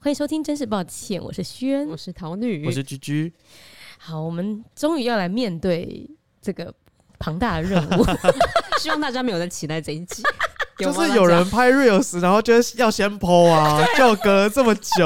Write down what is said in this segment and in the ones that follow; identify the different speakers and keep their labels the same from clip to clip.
Speaker 1: 欢迎收听，真是抱歉，我是轩。
Speaker 2: 我是桃女，
Speaker 3: 我是居居，
Speaker 1: 好，我们终于要来面对这个庞大的任 务。
Speaker 2: 希望大家没有在期待这一 集，
Speaker 3: 就
Speaker 2: 吗
Speaker 3: 是有人拍 reels，然后就是要先 PO 啊，就隔了这么久，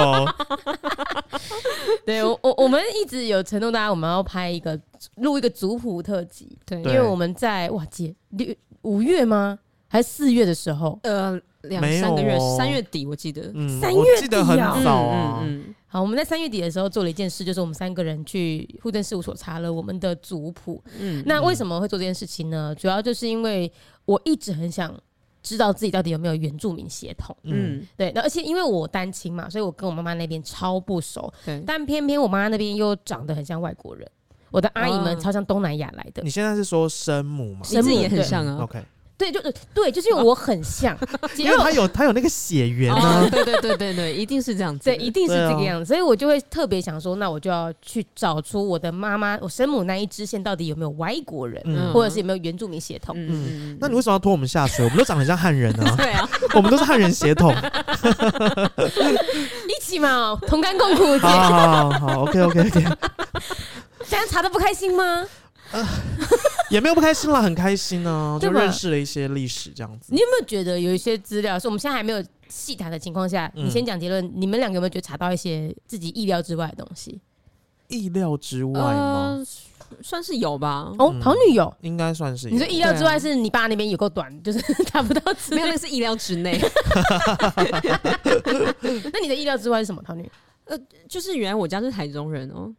Speaker 1: 对我，我我们一直有承诺大家，我们要拍一个录一个族谱特辑，
Speaker 2: 大家
Speaker 1: 因
Speaker 2: 对
Speaker 3: 对
Speaker 1: 为我们在哇姐六五月吗？还是四月的时候，
Speaker 2: 呃两
Speaker 3: 没有
Speaker 2: 三个月，
Speaker 3: 哦
Speaker 2: 三月底我记得，
Speaker 3: 嗯，
Speaker 1: 三
Speaker 3: 我
Speaker 1: 月
Speaker 3: 记得
Speaker 1: 底
Speaker 3: 很
Speaker 1: 啊
Speaker 3: 早啊，
Speaker 2: 嗯
Speaker 1: 好，我们在三月底的时候做了一件事，就是我们三个人去户政事务所查了我们的族谱。
Speaker 2: 嗯
Speaker 1: 那为什么会做这件事情呢？主要就是因为我一直很想知道自己到底有没有原住民血统。
Speaker 3: 嗯，
Speaker 2: 嗯
Speaker 1: 对，那而且因为我单亲嘛，所以我跟我妈妈那边超不熟，
Speaker 2: 对，
Speaker 1: 但偏偏我妈那边又长得很像外国人，我的阿姨们
Speaker 2: 哦
Speaker 1: 超像东南亚来的
Speaker 3: 啊你。现在是说生母吗
Speaker 1: 是
Speaker 2: 你自己也
Speaker 1: 生母
Speaker 2: 很像啊，
Speaker 3: ？OK，
Speaker 1: 对，就呃对，就是因为我很 像，
Speaker 3: 因
Speaker 1: 结
Speaker 3: 为
Speaker 1: 果
Speaker 3: 他有他有那个血缘
Speaker 2: 哦
Speaker 3: 啊，
Speaker 2: 对对对对对，一定是这样子
Speaker 1: 对，
Speaker 2: 的，
Speaker 1: 一定是
Speaker 3: 对啊
Speaker 1: 这个样子，所以我就会特别想说，那我就要去找出我的妈妈，我生母那一支线到底有没有外国人，
Speaker 3: 嗯，
Speaker 1: 或者是有没有原住民血统。
Speaker 2: 嗯嗯
Speaker 3: 那你为什么要拖我们下水？我们都长得像汉人 啊，
Speaker 2: 对啊，
Speaker 3: 我们都是汉人血统，
Speaker 1: 一起嘛，哦同甘共苦，姐，
Speaker 3: 好好好好，OK OK OK，
Speaker 1: 这样查的不开心吗？
Speaker 3: 也没有不开心啦，很开心呢，
Speaker 1: 对
Speaker 3: 就
Speaker 1: 吧
Speaker 3: 认识了一些历史这样子
Speaker 1: 你。有没有觉得有一些资料是我们现在还没有细谈的情况下，
Speaker 3: 嗯
Speaker 1: 你先讲结论，你们两个有没有觉得查到一些自己意料之外的东西？
Speaker 3: 意料之外吗？
Speaker 2: 呃，算是有吧，
Speaker 1: 哦，
Speaker 3: 嗯
Speaker 1: 桃女有。
Speaker 3: 应该算是有。
Speaker 1: 你说意料之
Speaker 2: 对
Speaker 1: 外
Speaker 2: 啊
Speaker 1: 是你爸那边有够短，就是 查不到资
Speaker 2: 没有，
Speaker 1: 料。
Speaker 2: 那是意料 之内。
Speaker 1: 那你的意料之外是什么？桃女，
Speaker 2: 就是原来我家是台中人哦，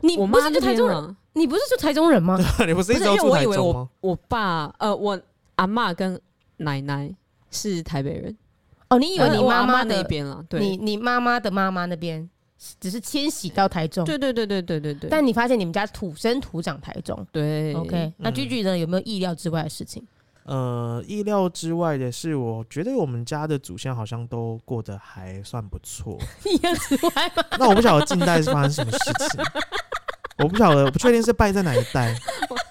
Speaker 1: 你
Speaker 2: 我
Speaker 1: 不
Speaker 2: 妈啊
Speaker 1: 是就台中人？
Speaker 2: 人，
Speaker 1: 你不是就台中人吗？
Speaker 3: 你不是
Speaker 2: 不
Speaker 3: 一
Speaker 2: 是
Speaker 3: 直
Speaker 2: 因
Speaker 3: 都
Speaker 2: 为
Speaker 3: 住
Speaker 2: 我
Speaker 3: 台
Speaker 2: 以为
Speaker 3: 中吗
Speaker 2: 我？我爸呃我阿嬷跟奶奶是台北人，
Speaker 1: 哦，你以为
Speaker 2: 呃
Speaker 1: 你
Speaker 2: 我
Speaker 1: 妈
Speaker 2: 阿
Speaker 1: 妈
Speaker 2: 嬷那
Speaker 1: 的
Speaker 2: 边啦，
Speaker 1: 你
Speaker 2: 对，
Speaker 1: 你妈妈的妈妈那边只是迁徙到台中，
Speaker 2: 对对对对对对对，
Speaker 1: 但你发现你们家土生土长台中。
Speaker 2: 对
Speaker 3: 嗯
Speaker 1: OK，那居居呢？有没有意料之外的事情？
Speaker 3: 呃，意料之外的是，我觉得我们家的祖先好像都过得还算不错。
Speaker 1: 意料之外吗？
Speaker 3: 那我不晓得近代是发生什么事情，我不晓得，我不确定是拜在哪一代。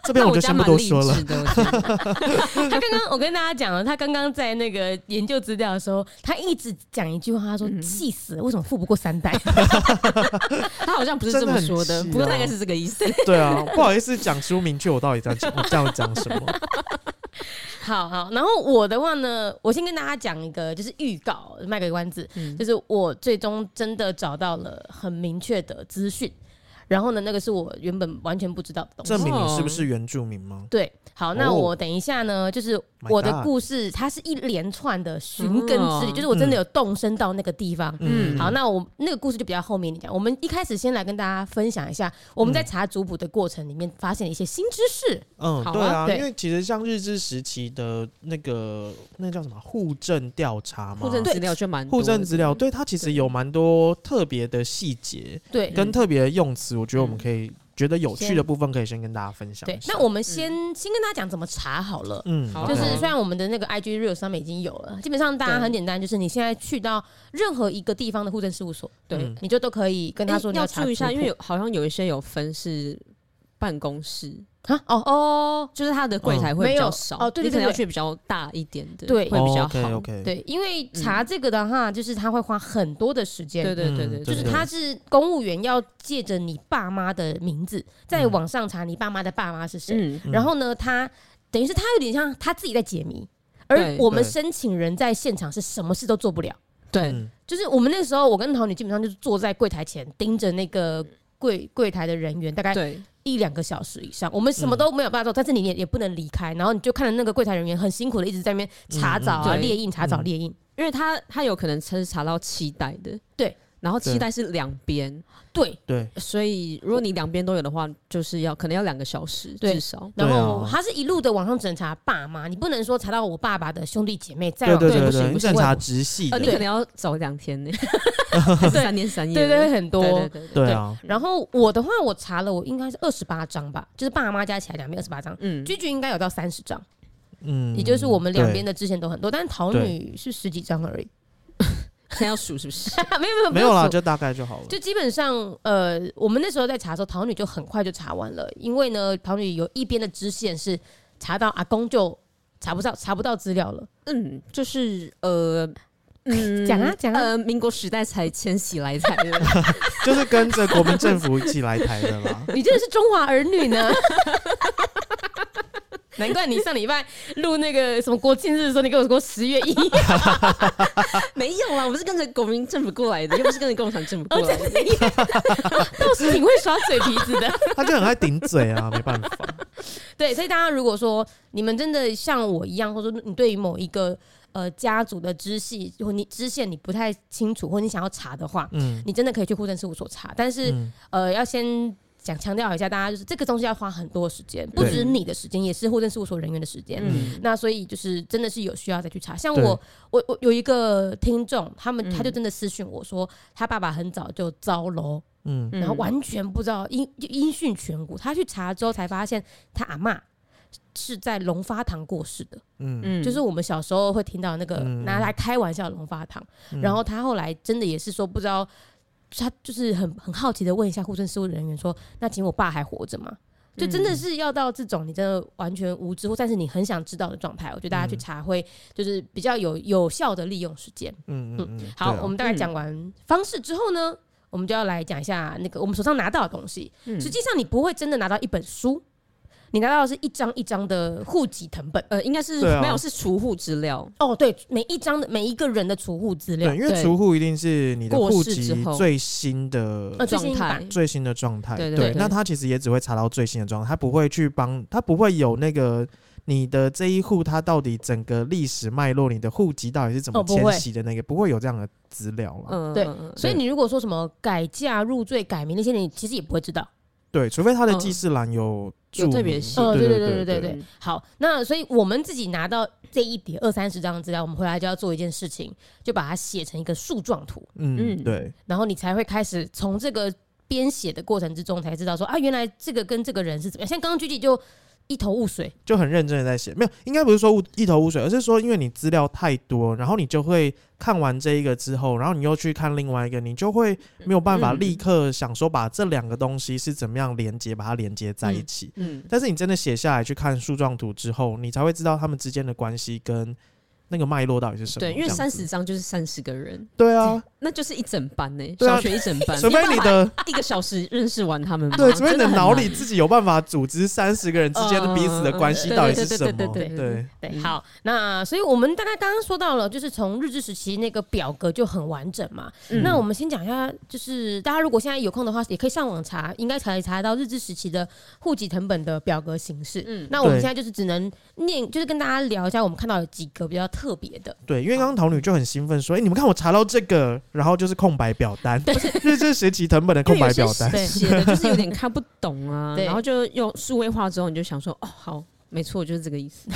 Speaker 3: 这边
Speaker 2: 那
Speaker 3: 我就
Speaker 2: 家
Speaker 3: 先不
Speaker 2: 蛮
Speaker 3: 多
Speaker 2: 励
Speaker 3: 说了
Speaker 2: 志。的我 觉 得
Speaker 1: 他刚刚我跟大家讲了，他刚刚在那个研究资料的时候，他一直讲一句话，他说
Speaker 2: 嗯
Speaker 1: 气死了，为什么富不过三代？
Speaker 2: 他好像不是这么说的，
Speaker 3: 真的很气哦
Speaker 2: 不过大概是这个意 思。
Speaker 3: 对啊，不好意思，讲出明确我到底在讲我这样讲什 么。
Speaker 1: 好好，然后我的话呢，我先跟大家讲一个，就是预告，卖个关子，
Speaker 2: 嗯
Speaker 1: 就是我最终真的找到了很明确的资讯，然后呢，那个是我原本完全不知道的东西
Speaker 3: 证。明
Speaker 2: 哦
Speaker 3: 你是不是原住民吗？
Speaker 1: 对，好，那
Speaker 3: 哦
Speaker 1: 我等一下呢，就是
Speaker 3: My
Speaker 1: 我的
Speaker 3: God
Speaker 1: 故事，它是一连串的寻根之旅，
Speaker 2: 嗯
Speaker 1: 就是我真的有动身到那个地方。
Speaker 2: 嗯
Speaker 1: 好，那我那个故事就比较后面你讲。我们一开始先来跟大家分享一下，我们在查族谱的过程里面发现了一些新知识。
Speaker 3: 嗯
Speaker 2: 好，啊
Speaker 3: 对啊，
Speaker 1: 对
Speaker 3: 因为其实像日治时期的那个那叫什么户政调查嘛
Speaker 2: 户，政资料就蛮多的
Speaker 3: 户政资料，对它其实有蛮多特别的细节
Speaker 1: 对
Speaker 3: 跟特别的用词，我觉得我们可以觉得有趣的部分可以先跟大家分享
Speaker 1: 嗯对
Speaker 3: 一，下。
Speaker 1: 那我们先先跟大家讲怎么查好了。
Speaker 3: 嗯
Speaker 2: 好啊
Speaker 1: 就是
Speaker 2: 嗯
Speaker 1: 虽然我们的那个 IG Reels 上面已经有了，基本上大家
Speaker 2: 对
Speaker 1: 很简单，就是你现在去到任何一个地方的户政事务所，
Speaker 2: 对
Speaker 3: 嗯
Speaker 1: 你就都可以跟他说
Speaker 2: 诶
Speaker 1: 你
Speaker 2: 哎要
Speaker 1: 查
Speaker 2: 注意一下，
Speaker 1: 族谱
Speaker 2: 因为有好像有一些有分是办公室，
Speaker 1: 啊哦哦，
Speaker 2: 就是他的柜
Speaker 3: 嗯
Speaker 2: 台会
Speaker 1: 没
Speaker 2: 比
Speaker 1: 有
Speaker 2: 较少
Speaker 1: 哦对对
Speaker 2: 你可能
Speaker 1: 对
Speaker 2: 要去比较大一点的，
Speaker 1: 对
Speaker 2: 会比较好。
Speaker 3: OK OK，
Speaker 1: 对，因为查这个的话，就是他会花很多的时间。
Speaker 2: 对对对对，
Speaker 3: 嗯
Speaker 1: 就
Speaker 2: 对
Speaker 1: 是
Speaker 3: 对
Speaker 1: 他是公务员，要借着你爸妈的名字在网上查你爸妈的爸妈是谁。
Speaker 2: 嗯，
Speaker 1: 然后呢，他等于是他有点像他自己在解谜，而
Speaker 2: 对
Speaker 1: 我们
Speaker 3: 对
Speaker 1: 申请人在现场是什么事都做不了。
Speaker 2: 对，
Speaker 3: 嗯
Speaker 1: 就是我们那个时候，我跟桃女基本上就是坐在柜台前盯着那个。柜柜台的人员大概
Speaker 2: 对，
Speaker 1: 一两个小时以上，我们什么都没有办法做，但是你也也不能离开，然后你就看着那个柜台人员很辛苦的一直在那边查找啊、
Speaker 2: 嗯嗯
Speaker 1: 列印、查找、
Speaker 3: 嗯
Speaker 1: 列印，
Speaker 2: 因为他他有可能是查到七代的，
Speaker 1: 对，
Speaker 2: 然后七
Speaker 3: 对
Speaker 2: 代是两边，
Speaker 1: 对，
Speaker 3: 对，
Speaker 2: 所以如果你两边都有的话，就是要可能要两个小时
Speaker 1: 对
Speaker 2: 至少。
Speaker 1: 然
Speaker 3: 对啊
Speaker 1: 后他是一路的往上整查爸妈，你不能说查到我爸爸的兄弟姐妹再
Speaker 3: 对
Speaker 1: 往
Speaker 3: 对
Speaker 1: 上
Speaker 3: 对
Speaker 1: 不行
Speaker 3: 对，
Speaker 1: 不行
Speaker 3: 你审查
Speaker 1: 我
Speaker 3: 直系
Speaker 2: 呃，
Speaker 3: 的
Speaker 2: 你，可能要走两天 呢，还是三天三夜
Speaker 1: 对
Speaker 2: 呢，
Speaker 1: 对会很多。
Speaker 2: 对对对对，
Speaker 3: 对啊，
Speaker 1: 然后我的话，我查了，我应该是二十八张吧，就是爸妈加起来两边二十八张。
Speaker 2: 嗯，
Speaker 1: 居居应该有到三十张，
Speaker 3: 嗯，
Speaker 1: 也就是我们两边
Speaker 3: 的
Speaker 1: 的之前都很多，但是桃女是十几张而已，
Speaker 2: 现在要数是不是？
Speaker 1: 没有没有
Speaker 3: 没有啦，
Speaker 1: 就
Speaker 3: 就大概就好了。
Speaker 1: 就基本上呃，我们那时候在查的时候，桃女就很快就查完了，因为呢，桃女有一边的支线是查到阿公就查不到查不到资料了，
Speaker 2: 嗯，就是呃，嗯
Speaker 1: 讲啊讲啊
Speaker 2: 呃，民国时代才迁徙来台的，
Speaker 3: 就是跟着国民政府一起来台的 啦。
Speaker 1: 你真的是中华儿女 呢。难怪你上礼拜录那个什么国庆日的时候，你跟我说十月一，
Speaker 2: 没有啦，我是跟着国民政府过来的，又不是跟着共产政府过
Speaker 1: 哦，
Speaker 2: 来
Speaker 3: 啊
Speaker 1: 真
Speaker 2: 的。
Speaker 1: 的耶， 倒是挺会耍嘴皮子的。
Speaker 3: 他就很爱顶嘴啊，没办法。
Speaker 1: 对，所以大家如果说你们真的像我一样，或者说你对于某一个呃家族的支系或你支线你不太清楚，或你想要查的话，
Speaker 3: 嗯，
Speaker 1: 你真的可以去户政事务所查，但是、
Speaker 3: 嗯
Speaker 1: 呃要先。讲强调一下，大家就是这个东西要花很多时间，不
Speaker 3: 对
Speaker 1: 只是你的时间，也是户政事务所人员的时间。
Speaker 2: 嗯，
Speaker 1: 那所以就是真的是有需要再去查。像
Speaker 3: 对
Speaker 1: 我，我我有一个听众，他们
Speaker 2: 嗯
Speaker 1: 他就真的私讯我说，他爸爸很早就遭楼，
Speaker 3: 嗯，
Speaker 1: 然后完全不知道音就音讯全无。他去查之后才发现，他阿嬷是在龙发堂过世的，
Speaker 3: 嗯
Speaker 2: 嗯
Speaker 1: 就是我们小时候会听到那个
Speaker 3: 嗯
Speaker 1: 拿来开玩笑的龙发堂。
Speaker 3: 嗯，
Speaker 1: 然后他后来真的也是说不知道，他就是很很好奇的问一下护政事务人员说：“那请我爸还活着吗？”就真
Speaker 2: 嗯
Speaker 1: 的是要到这种你真的完全无知，或但是你很想知道的状态，我觉得大家去
Speaker 3: 嗯
Speaker 1: 查会就是比较有有效的利用时间。
Speaker 3: 嗯嗯嗯，
Speaker 1: 好，
Speaker 3: 对啊
Speaker 1: 我们大概
Speaker 2: 嗯
Speaker 1: 讲完方式之后呢，我们就要来讲一下那个我们手上拿到的东西。
Speaker 2: 嗯
Speaker 1: 实际上你不会真的拿到一本书，你拿到的是一张一张的户籍成本。
Speaker 2: 呃，应该是
Speaker 3: 对啊
Speaker 2: 没有是储户资料，
Speaker 1: 哦，对，每一张的每一个人的储户资料
Speaker 3: 对，，因为
Speaker 2: 对
Speaker 3: 储户一定是你的
Speaker 2: 过
Speaker 3: 户
Speaker 2: 世之
Speaker 3: 籍
Speaker 2: 后
Speaker 3: 最新的
Speaker 1: 呃最新一
Speaker 2: 状
Speaker 1: 版
Speaker 2: 态
Speaker 3: 最新的状态，
Speaker 2: 对对对
Speaker 3: 那他其实也只会查到最新的状态，他不会去帮，他不会有那个你的这一户他到底整个历史脉络，你的户籍到底是怎么
Speaker 1: 哦不会
Speaker 3: 迁徙的那个，不会有这样的资料了。
Speaker 2: 嗯，
Speaker 1: 对
Speaker 2: 嗯嗯
Speaker 1: 所以你如果说什么改嫁、入赘、改名那些，你其实也不会知道。
Speaker 3: 对，除非他的
Speaker 2: 嗯
Speaker 3: 记事栏有注
Speaker 2: 特
Speaker 3: 明
Speaker 2: 别写
Speaker 1: 呃
Speaker 3: 对
Speaker 1: 对
Speaker 3: 对
Speaker 1: 对对
Speaker 3: 对，
Speaker 1: 对好，那所以我们自己拿到这一叠二三十张的资料，我们回来就要做一件事情，就把它写成一个树状图，
Speaker 3: 嗯
Speaker 2: 嗯
Speaker 3: 对，
Speaker 1: 然后你才会开始从这个编写的过程之中才知道说啊，原来这个跟这个人是怎么样。像刚刚举起就一头雾水，
Speaker 3: 就很认真的在写，没有，应该不是说雾一头雾水，而是说因为你资料太多，然后你就会看完这一个之后，然后你又去看另外一个，你就会没有办法
Speaker 2: 嗯
Speaker 3: 立刻想说把这两个东西是怎么样连接，把它连接在一起。
Speaker 2: 嗯
Speaker 3: 但是你真的写下来去看树状图之后，你才会知道他们之间的关系跟那个脉络到底是什么。
Speaker 2: 对，因为
Speaker 3: 这样子
Speaker 2: 三十张就是三十个人，
Speaker 3: 对啊，
Speaker 2: 那就是一整班呢，
Speaker 3: 对啊
Speaker 2: 小学一整班，
Speaker 3: 除非你的
Speaker 2: 一个小时认识完他们吗，
Speaker 3: 对，除非你的
Speaker 2: 真很
Speaker 3: 脑
Speaker 2: 难
Speaker 3: 里自己有办法组织三十个人之间的彼此的关系
Speaker 2: 嗯
Speaker 3: 到底是什么
Speaker 2: 对。对对对对对
Speaker 3: 对，
Speaker 1: 对，
Speaker 2: 嗯
Speaker 1: 好，那所以我们大概刚刚说到了，就是从日治时期那个表格就很完整嘛。
Speaker 2: 嗯
Speaker 1: 那我们先讲一下，就是大家如果现在有空的话，也可以上网查，应该可以查得到日治时期的户籍成本的表格形式。
Speaker 2: 嗯
Speaker 1: 那我们
Speaker 3: 对
Speaker 1: 现在就是只能念，就是跟大家聊一下，我们看到有几个比较特别的。
Speaker 3: 对，因为刚刚桃女就很兴奋说：“哎、你们看我查到这个，然后就是空白表单，日治时期藤本的空白表单
Speaker 1: 因为有。对
Speaker 2: 写的就是有点看不懂 啊，
Speaker 1: 对
Speaker 2: 然后就用数位化之后，你就想说，哦，好，没错，就是这个意思。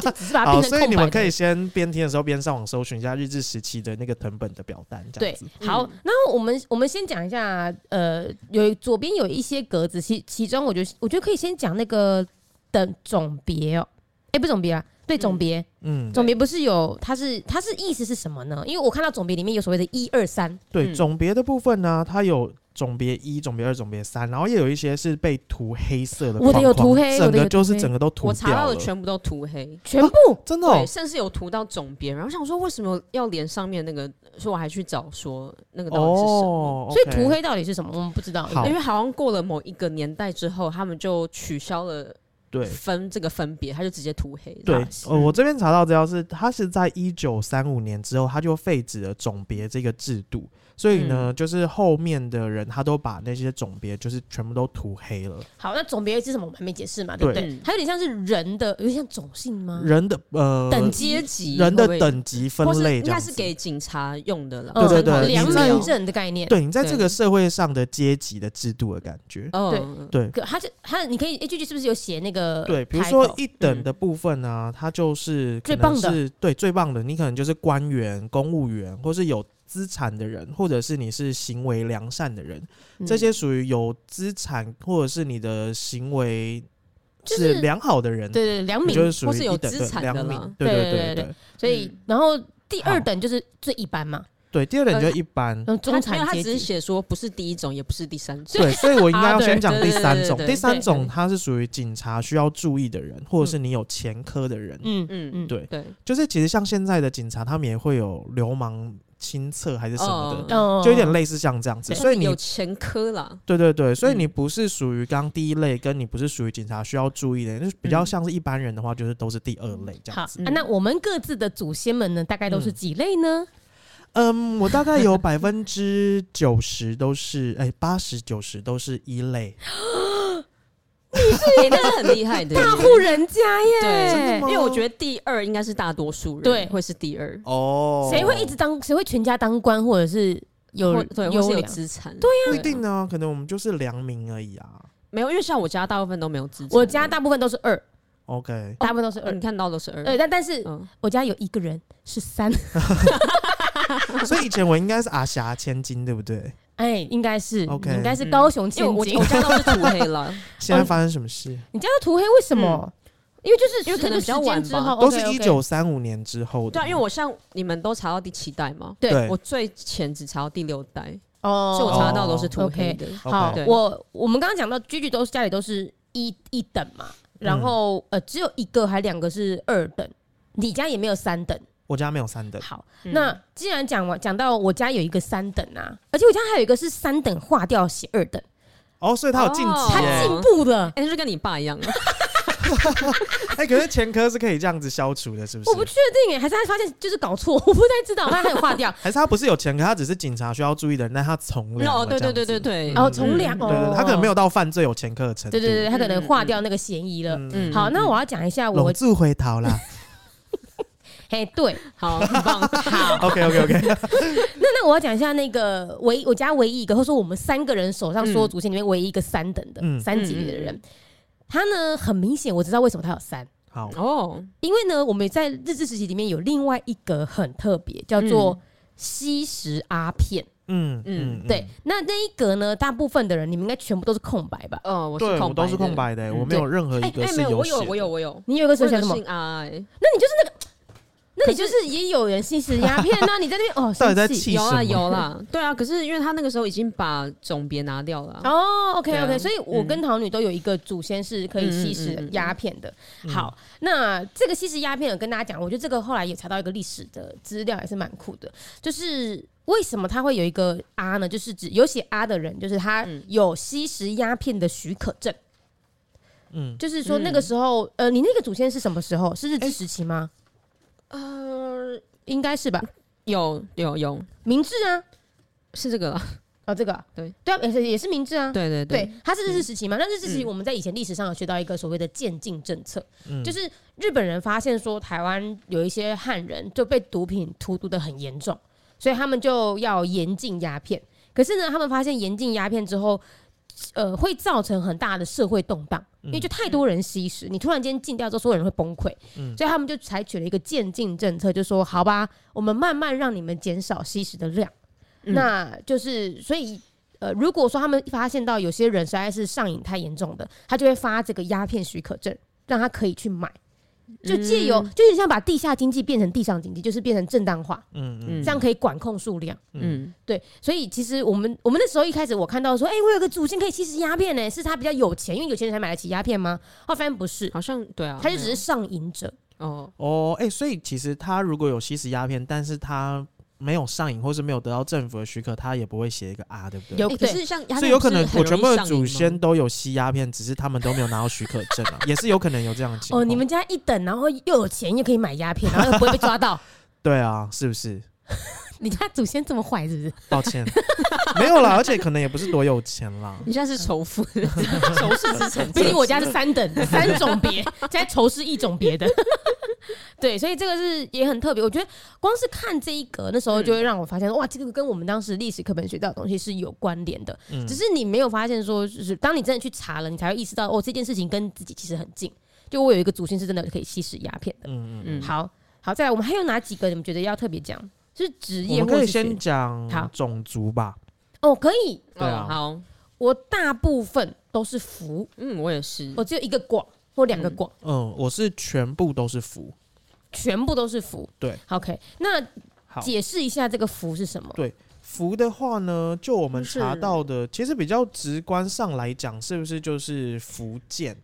Speaker 1: 就只是”把它
Speaker 3: 好，
Speaker 1: 变成
Speaker 3: 哦所以
Speaker 1: 空
Speaker 3: 你
Speaker 1: 白的
Speaker 3: 们可以先边听的时候边上网搜寻一下日治时期的那个藤本的表单，这样
Speaker 1: 对
Speaker 3: 子。，
Speaker 2: 嗯
Speaker 3: 嗯
Speaker 1: 好，那我们我们先讲一下，呃，有左边有一些格子，其其中我觉得我觉得可以先讲那个的种别哦，哎、不是种别啊，对，种别，
Speaker 3: 嗯，
Speaker 1: 总别不是有，它是它是意思是什么呢？因为我看到总别里面有所谓的一二三，
Speaker 3: 对，
Speaker 2: 嗯
Speaker 3: 总别的部分呢，它有总别一、总别二、总别三，然后也有一些是被涂黑色的框
Speaker 1: 我
Speaker 3: 框，
Speaker 1: 的有涂黑
Speaker 3: 整
Speaker 1: 我的
Speaker 3: 个
Speaker 1: 有
Speaker 3: 就是
Speaker 1: 涂黑
Speaker 3: 整个都涂
Speaker 2: 我查
Speaker 3: 掉
Speaker 2: 到
Speaker 3: 了
Speaker 2: 的，全部都涂黑，
Speaker 1: 全部
Speaker 3: 真的、哦
Speaker 2: 对，。甚至有涂到总边，然后想说为什么要连上面那个，所以我还去找说那个到底是什么。
Speaker 3: 哦，
Speaker 1: 所以涂
Speaker 3: OK
Speaker 1: 黑到底是什么？我们不知道。
Speaker 3: 好
Speaker 2: 因为好像过了某一个年代之后，他们就取消了
Speaker 3: 对
Speaker 2: 分这个分别，他就直接涂黑。这
Speaker 3: 对
Speaker 2: 样子，
Speaker 3: 呃，我这边查到资料是，它是在一九三五年之后，它就废止了总别这个制度，所以呢，
Speaker 2: 嗯
Speaker 3: 就是后面的人他都把那些总别就是全部都涂黑了。
Speaker 1: 好，那总别是什么？我们还没解释嘛，对不
Speaker 3: 对
Speaker 1: 对？它有点像是人的，有点像种姓吗？
Speaker 3: 人的呃
Speaker 1: 等级
Speaker 2: 阶嗯级会
Speaker 3: 人
Speaker 2: 不
Speaker 3: 的
Speaker 2: 会
Speaker 3: 等级分
Speaker 2: 或是
Speaker 3: 类
Speaker 2: 应
Speaker 3: 这
Speaker 2: 该
Speaker 3: 样
Speaker 2: 是
Speaker 3: 子。
Speaker 2: 给警察用的了。
Speaker 1: 嗯
Speaker 3: 对对对
Speaker 1: 良
Speaker 3: 你在
Speaker 1: 民证的概念。
Speaker 3: 对你在这
Speaker 2: 对
Speaker 3: 个社会上的阶级的制度的感觉。
Speaker 2: 嗯，
Speaker 3: 对
Speaker 1: 可它就它，你可以 A G G 是不是有写那个？
Speaker 3: 对，比如说一等
Speaker 2: 嗯
Speaker 3: 的部分呢、它就是可
Speaker 1: 最棒
Speaker 3: 能
Speaker 1: 的
Speaker 3: 是对最棒的，你可能就是官员、公务员，或是有资产的人，或者是你是行为良善的人，
Speaker 1: 嗯
Speaker 2: 嗯
Speaker 3: 这些属于有资产或者是你的行为
Speaker 1: 就是
Speaker 3: 是良好的人，
Speaker 1: 对对良
Speaker 3: 你
Speaker 1: 民
Speaker 3: 就，是属
Speaker 2: 或
Speaker 3: 于
Speaker 2: 是
Speaker 3: 一
Speaker 2: 有
Speaker 3: 等
Speaker 2: 资
Speaker 3: 对
Speaker 2: 产的
Speaker 3: 良民
Speaker 2: 啦，
Speaker 3: 对
Speaker 1: 对对对
Speaker 3: 对对，
Speaker 1: 所以
Speaker 2: 嗯
Speaker 1: 然后第二
Speaker 3: 好
Speaker 1: 等就是最一般嘛，
Speaker 3: 对，第二点
Speaker 2: 呃
Speaker 3: 就一般。
Speaker 1: 然后中
Speaker 2: 他没有
Speaker 1: 产
Speaker 2: 他
Speaker 1: 阶
Speaker 2: 只是
Speaker 1: 级，
Speaker 2: 写说不是第一种，也不是第三种。
Speaker 3: 对，所以我应该要
Speaker 2: Other，
Speaker 3: 先讲第三种。
Speaker 2: 对对对对
Speaker 3: 第三种
Speaker 1: 对
Speaker 3: 它是属于警察需要注意的人，或者是你有前科的人。
Speaker 1: 嗯
Speaker 2: 嗯
Speaker 1: 嗯，
Speaker 3: 对，
Speaker 2: 对，
Speaker 3: 就是其实像现在的警察，他们也会有流氓亲测还是什么的，
Speaker 1: 哦
Speaker 3: 就有点类似像这样子。
Speaker 2: 对
Speaker 3: 所以你
Speaker 2: 有前科啦，
Speaker 3: 对对对，所以
Speaker 2: 嗯
Speaker 3: 你不是属于刚刚第一类，跟你不是属于警察需要注意的，就是比较
Speaker 2: 嗯
Speaker 3: 像是一般人的话，就是都是第二类这
Speaker 1: 好、
Speaker 3: 样
Speaker 1: 啊
Speaker 3: 子。
Speaker 2: 嗯
Speaker 1: 那我们各自的祖先们呢，大概都是几类呢？
Speaker 3: 嗯，我大概有百分之九十都是，哎，八十九十都是一类。
Speaker 2: 哎，那是很厉害的。
Speaker 1: 大户人家
Speaker 2: 对
Speaker 1: 耶，
Speaker 2: 因为我觉得第二应该是大多数人
Speaker 1: 对
Speaker 2: 会是第二，
Speaker 3: 哦
Speaker 1: 谁会一直当？谁会全家当官，或者是有
Speaker 2: 或对，或
Speaker 1: 优
Speaker 2: 是有
Speaker 1: 良？
Speaker 2: 资产，
Speaker 3: 不
Speaker 2: 对啊
Speaker 3: 一定啊呢？可能我们就是良民而已啊。
Speaker 2: 没有，因为像我家大部分都没有资产，
Speaker 1: 我家大部分都是二，
Speaker 3: OK，
Speaker 1: 大部分都是
Speaker 2: 呃
Speaker 1: 二
Speaker 2: 你。看到的是二，
Speaker 1: 对，但但是
Speaker 2: 哦嗯，
Speaker 1: 我家有一个人是三，
Speaker 3: 所以以前我应该是阿霞千金，对不对？
Speaker 1: 哎，应该是
Speaker 3: OK
Speaker 1: 你应该是高雄
Speaker 2: 嗯因
Speaker 1: 千
Speaker 2: 为我
Speaker 1: 金
Speaker 2: 我。家都是土黑了，
Speaker 3: 现
Speaker 1: 哦
Speaker 3: 在发生什么事？
Speaker 1: 你家的涂黑为什么？因为就是
Speaker 2: 嗯因为可能比较
Speaker 1: 时间
Speaker 2: 晚
Speaker 1: 之
Speaker 2: 吧
Speaker 1: 后
Speaker 3: 都是一
Speaker 1: OK，OK
Speaker 3: 九三五年之后的。
Speaker 2: 对啊，因为我像你们都查到第七代嘛，
Speaker 1: 对
Speaker 3: 对
Speaker 2: 我最前只查到第六代，
Speaker 1: 哦
Speaker 2: 所以我查到都是土黑
Speaker 1: OK
Speaker 2: 的。
Speaker 1: 好
Speaker 3: OK
Speaker 2: 对，
Speaker 1: 我我们刚刚讲到居居都是家里都是一一等嘛，
Speaker 3: 嗯
Speaker 1: 然后、呃只有一个还两个是二等，你家也没有三等。
Speaker 3: 我家没有三等。
Speaker 1: 好，
Speaker 2: 嗯
Speaker 1: 那既然讲完讲到我家有一个三等啊，而且我家还有一个是三等划掉写二等，
Speaker 3: 哦，所以他有晋
Speaker 2: 哦
Speaker 1: 他
Speaker 3: 级耶。
Speaker 1: 进步了。
Speaker 2: 哎、那就跟你爸一样啊，
Speaker 3: 哎，可是前科是可以这样子消除的，是不
Speaker 1: 我不
Speaker 3: 是？。
Speaker 1: 确定哎，还是他发现就是搞错， 我不太知道，但他有划掉
Speaker 3: 还是他不是有前科，他只是警察需要注意的人，但他从良了。
Speaker 2: 哦，对对对对
Speaker 3: 对。
Speaker 2: 对，
Speaker 1: 然后从良，
Speaker 3: 嗯对对，他可能没
Speaker 1: 有，
Speaker 3: 有到犯罪有前科的程度。
Speaker 1: 哦对对对，他可能划掉那个嫌疑了。
Speaker 3: 嗯，
Speaker 2: 嗯
Speaker 1: 好，那我要讲一下我
Speaker 3: 拢，住回逃啦。
Speaker 1: 嘿，对，
Speaker 2: 好，很 棒，好，
Speaker 3: OK OK OK，
Speaker 1: 那那我要讲一下那个唯我家唯一一个，或者说我们三个人手上所有祖先里面唯一一个三等的、
Speaker 3: 嗯
Speaker 1: 三级的人，他呢很明显，我知道为什么他有三，
Speaker 3: 好，
Speaker 2: 哦，
Speaker 1: 因为呢我们在日治时期里面有另外一个很特别，叫做吸食阿片。
Speaker 3: 嗯
Speaker 2: 嗯
Speaker 3: 嗯，
Speaker 1: 对，那那一格呢，大部分的人你们应该全部都是空白吧？
Speaker 2: 哦，我
Speaker 3: 对，
Speaker 2: 空
Speaker 3: 我都是空
Speaker 2: 白
Speaker 3: 白的，
Speaker 2: 嗯
Speaker 3: 我没有任何
Speaker 2: 的。
Speaker 3: 一个是
Speaker 2: 没有，我有，
Speaker 3: 写
Speaker 2: 我有，我有。
Speaker 1: 你有一个是写什么
Speaker 2: 我有？姓阿、欸，
Speaker 1: 那你就是也有人吸食鸦 片那你在那边哦，
Speaker 3: 到底在
Speaker 1: 生气
Speaker 3: 气
Speaker 2: 有
Speaker 3: 什
Speaker 2: 啦
Speaker 3: 么？
Speaker 2: 有啦， 对啊，可是因为他那个时候已经把总别拿掉了啊、
Speaker 1: 哦，OK
Speaker 2: 对啊
Speaker 1: OK，所以我
Speaker 2: 嗯
Speaker 1: 跟桃女都有一个祖先是可以吸
Speaker 2: 嗯嗯
Speaker 1: 食
Speaker 2: 嗯嗯
Speaker 1: 鸦片的。好，那这个吸食鸦片，我跟大家讲，我觉得这个后来也查到一个历史的资料，也是蛮酷的，就是。为什么他会有一个啊呢？就是指有写啊的人，就是他
Speaker 2: 嗯
Speaker 1: 有吸食鸦片的许可证。
Speaker 3: 嗯，
Speaker 1: 就是说那
Speaker 2: 嗯哎
Speaker 1: 个时候，呃，你那个祖先是什么时候？是日治时期吗？
Speaker 2: 呃，
Speaker 1: 应该是吧，
Speaker 2: 有有有，
Speaker 1: 明治啊，
Speaker 2: 是这个啦，
Speaker 1: 哦，这个啊
Speaker 2: 对
Speaker 1: 对啊，也是也是明治啊，
Speaker 2: 对对
Speaker 1: 对，它是日治时期嘛？那日治时期
Speaker 2: 嗯
Speaker 1: 我们在以前历史上有学到一个所谓的渐进政策，
Speaker 3: 嗯
Speaker 1: 就是日本人发现说台湾有一些汉人就被毒品荼毒的很严重，所以他们就要严禁鸦片。可是呢，他们发现严禁鸦片之后，呃，会造成很大的社会动荡，因
Speaker 2: 嗯
Speaker 1: 为就太多人吸食，你突然间禁掉之后，所有人会崩溃，
Speaker 3: 嗯
Speaker 1: 所以他们就采取了一个渐进政策，就说好吧，我们慢慢让你们减少吸食的量，
Speaker 2: 嗯
Speaker 1: 那就是所以。呃，如果说他们发现到有些人实在是上瘾太严重的，他就会发这个鸦片许可证，让他可以去买，就借由、就是像把地下经济变成地上经济，就是变成正当化，
Speaker 3: 嗯嗯
Speaker 2: 嗯
Speaker 1: 这样可以管控数量。
Speaker 2: 嗯，
Speaker 1: 对，所以其实我们我们那时候一开始我看到说，哎、我有个祖先可以吸食鸦片呢、是他比较有钱，因为有钱人才买得起鸦片吗？后来发现不是，
Speaker 2: 好像对啊，
Speaker 1: 他就只
Speaker 2: 没
Speaker 1: 是
Speaker 2: 有
Speaker 1: 上瘾者。
Speaker 2: 哦，
Speaker 3: 哦，哎，所以其实他如果有吸食鸦片，但是他没有上瘾，或是没有得到政府的许可，他也不会写一个啊，对不对？
Speaker 1: 有
Speaker 2: 欸可
Speaker 1: 对
Speaker 2: 是像鸦
Speaker 3: 所以
Speaker 2: 片
Speaker 3: 有可
Speaker 2: 不是
Speaker 3: 能
Speaker 2: 很容
Speaker 3: 我全
Speaker 2: 易
Speaker 3: 部的
Speaker 2: 上瘾
Speaker 3: 祖
Speaker 2: 吗
Speaker 3: 先都有吸鸦片，只是他们都没有拿到许可证啊，也是有可能有这样的情况。
Speaker 1: 哦，你们家一等，然后又有钱，又可以买鸦片，然后又不会被抓到。
Speaker 3: 对啊，是不是？
Speaker 1: 你家祖先这么坏是不是？
Speaker 3: 抱歉，没有啦，而且可能也不是多有钱 啦。
Speaker 2: 你现在是仇富， 仇视之 城，
Speaker 1: 毕竟我家是三等三种别， 现在仇视一种别的。 对，所以这个是也很特别。我觉得光是看这一格，那时候就
Speaker 3: 嗯
Speaker 1: 会让我发现，哇，这个跟我们当时历史课本学到的东西是有关联的。
Speaker 3: 嗯
Speaker 1: 只是你没有发现说，就是当你真的去查了，你才会意识到，哦，这件事情跟自己其实很近。就我有一个祖先是真的可以吸食鸦片的。
Speaker 3: 嗯嗯
Speaker 2: 嗯
Speaker 1: 好好，再来，我们还有哪几个你们觉得要特别讲？是职
Speaker 3: 嗯，我
Speaker 1: 业
Speaker 3: 们
Speaker 1: 或
Speaker 3: 可
Speaker 1: 是
Speaker 3: 以
Speaker 1: 学
Speaker 3: 先
Speaker 1: 好
Speaker 3: 讲种族吧。
Speaker 1: 哦，可以。
Speaker 3: 对啊
Speaker 2: 哦好，
Speaker 1: 我大部分都是福，
Speaker 2: 嗯，我也是，
Speaker 1: 我只有一个广或两个
Speaker 3: 嗯
Speaker 1: 广。
Speaker 3: 嗯，我是全部都是福，
Speaker 1: 全部都是福。
Speaker 3: 对
Speaker 1: ，OK，那
Speaker 3: 好，
Speaker 1: 解释一下这个福是什么？
Speaker 3: 福的话呢，就我们
Speaker 2: 就是
Speaker 3: 查到的，其实比较直观上来讲，是不是就是福建？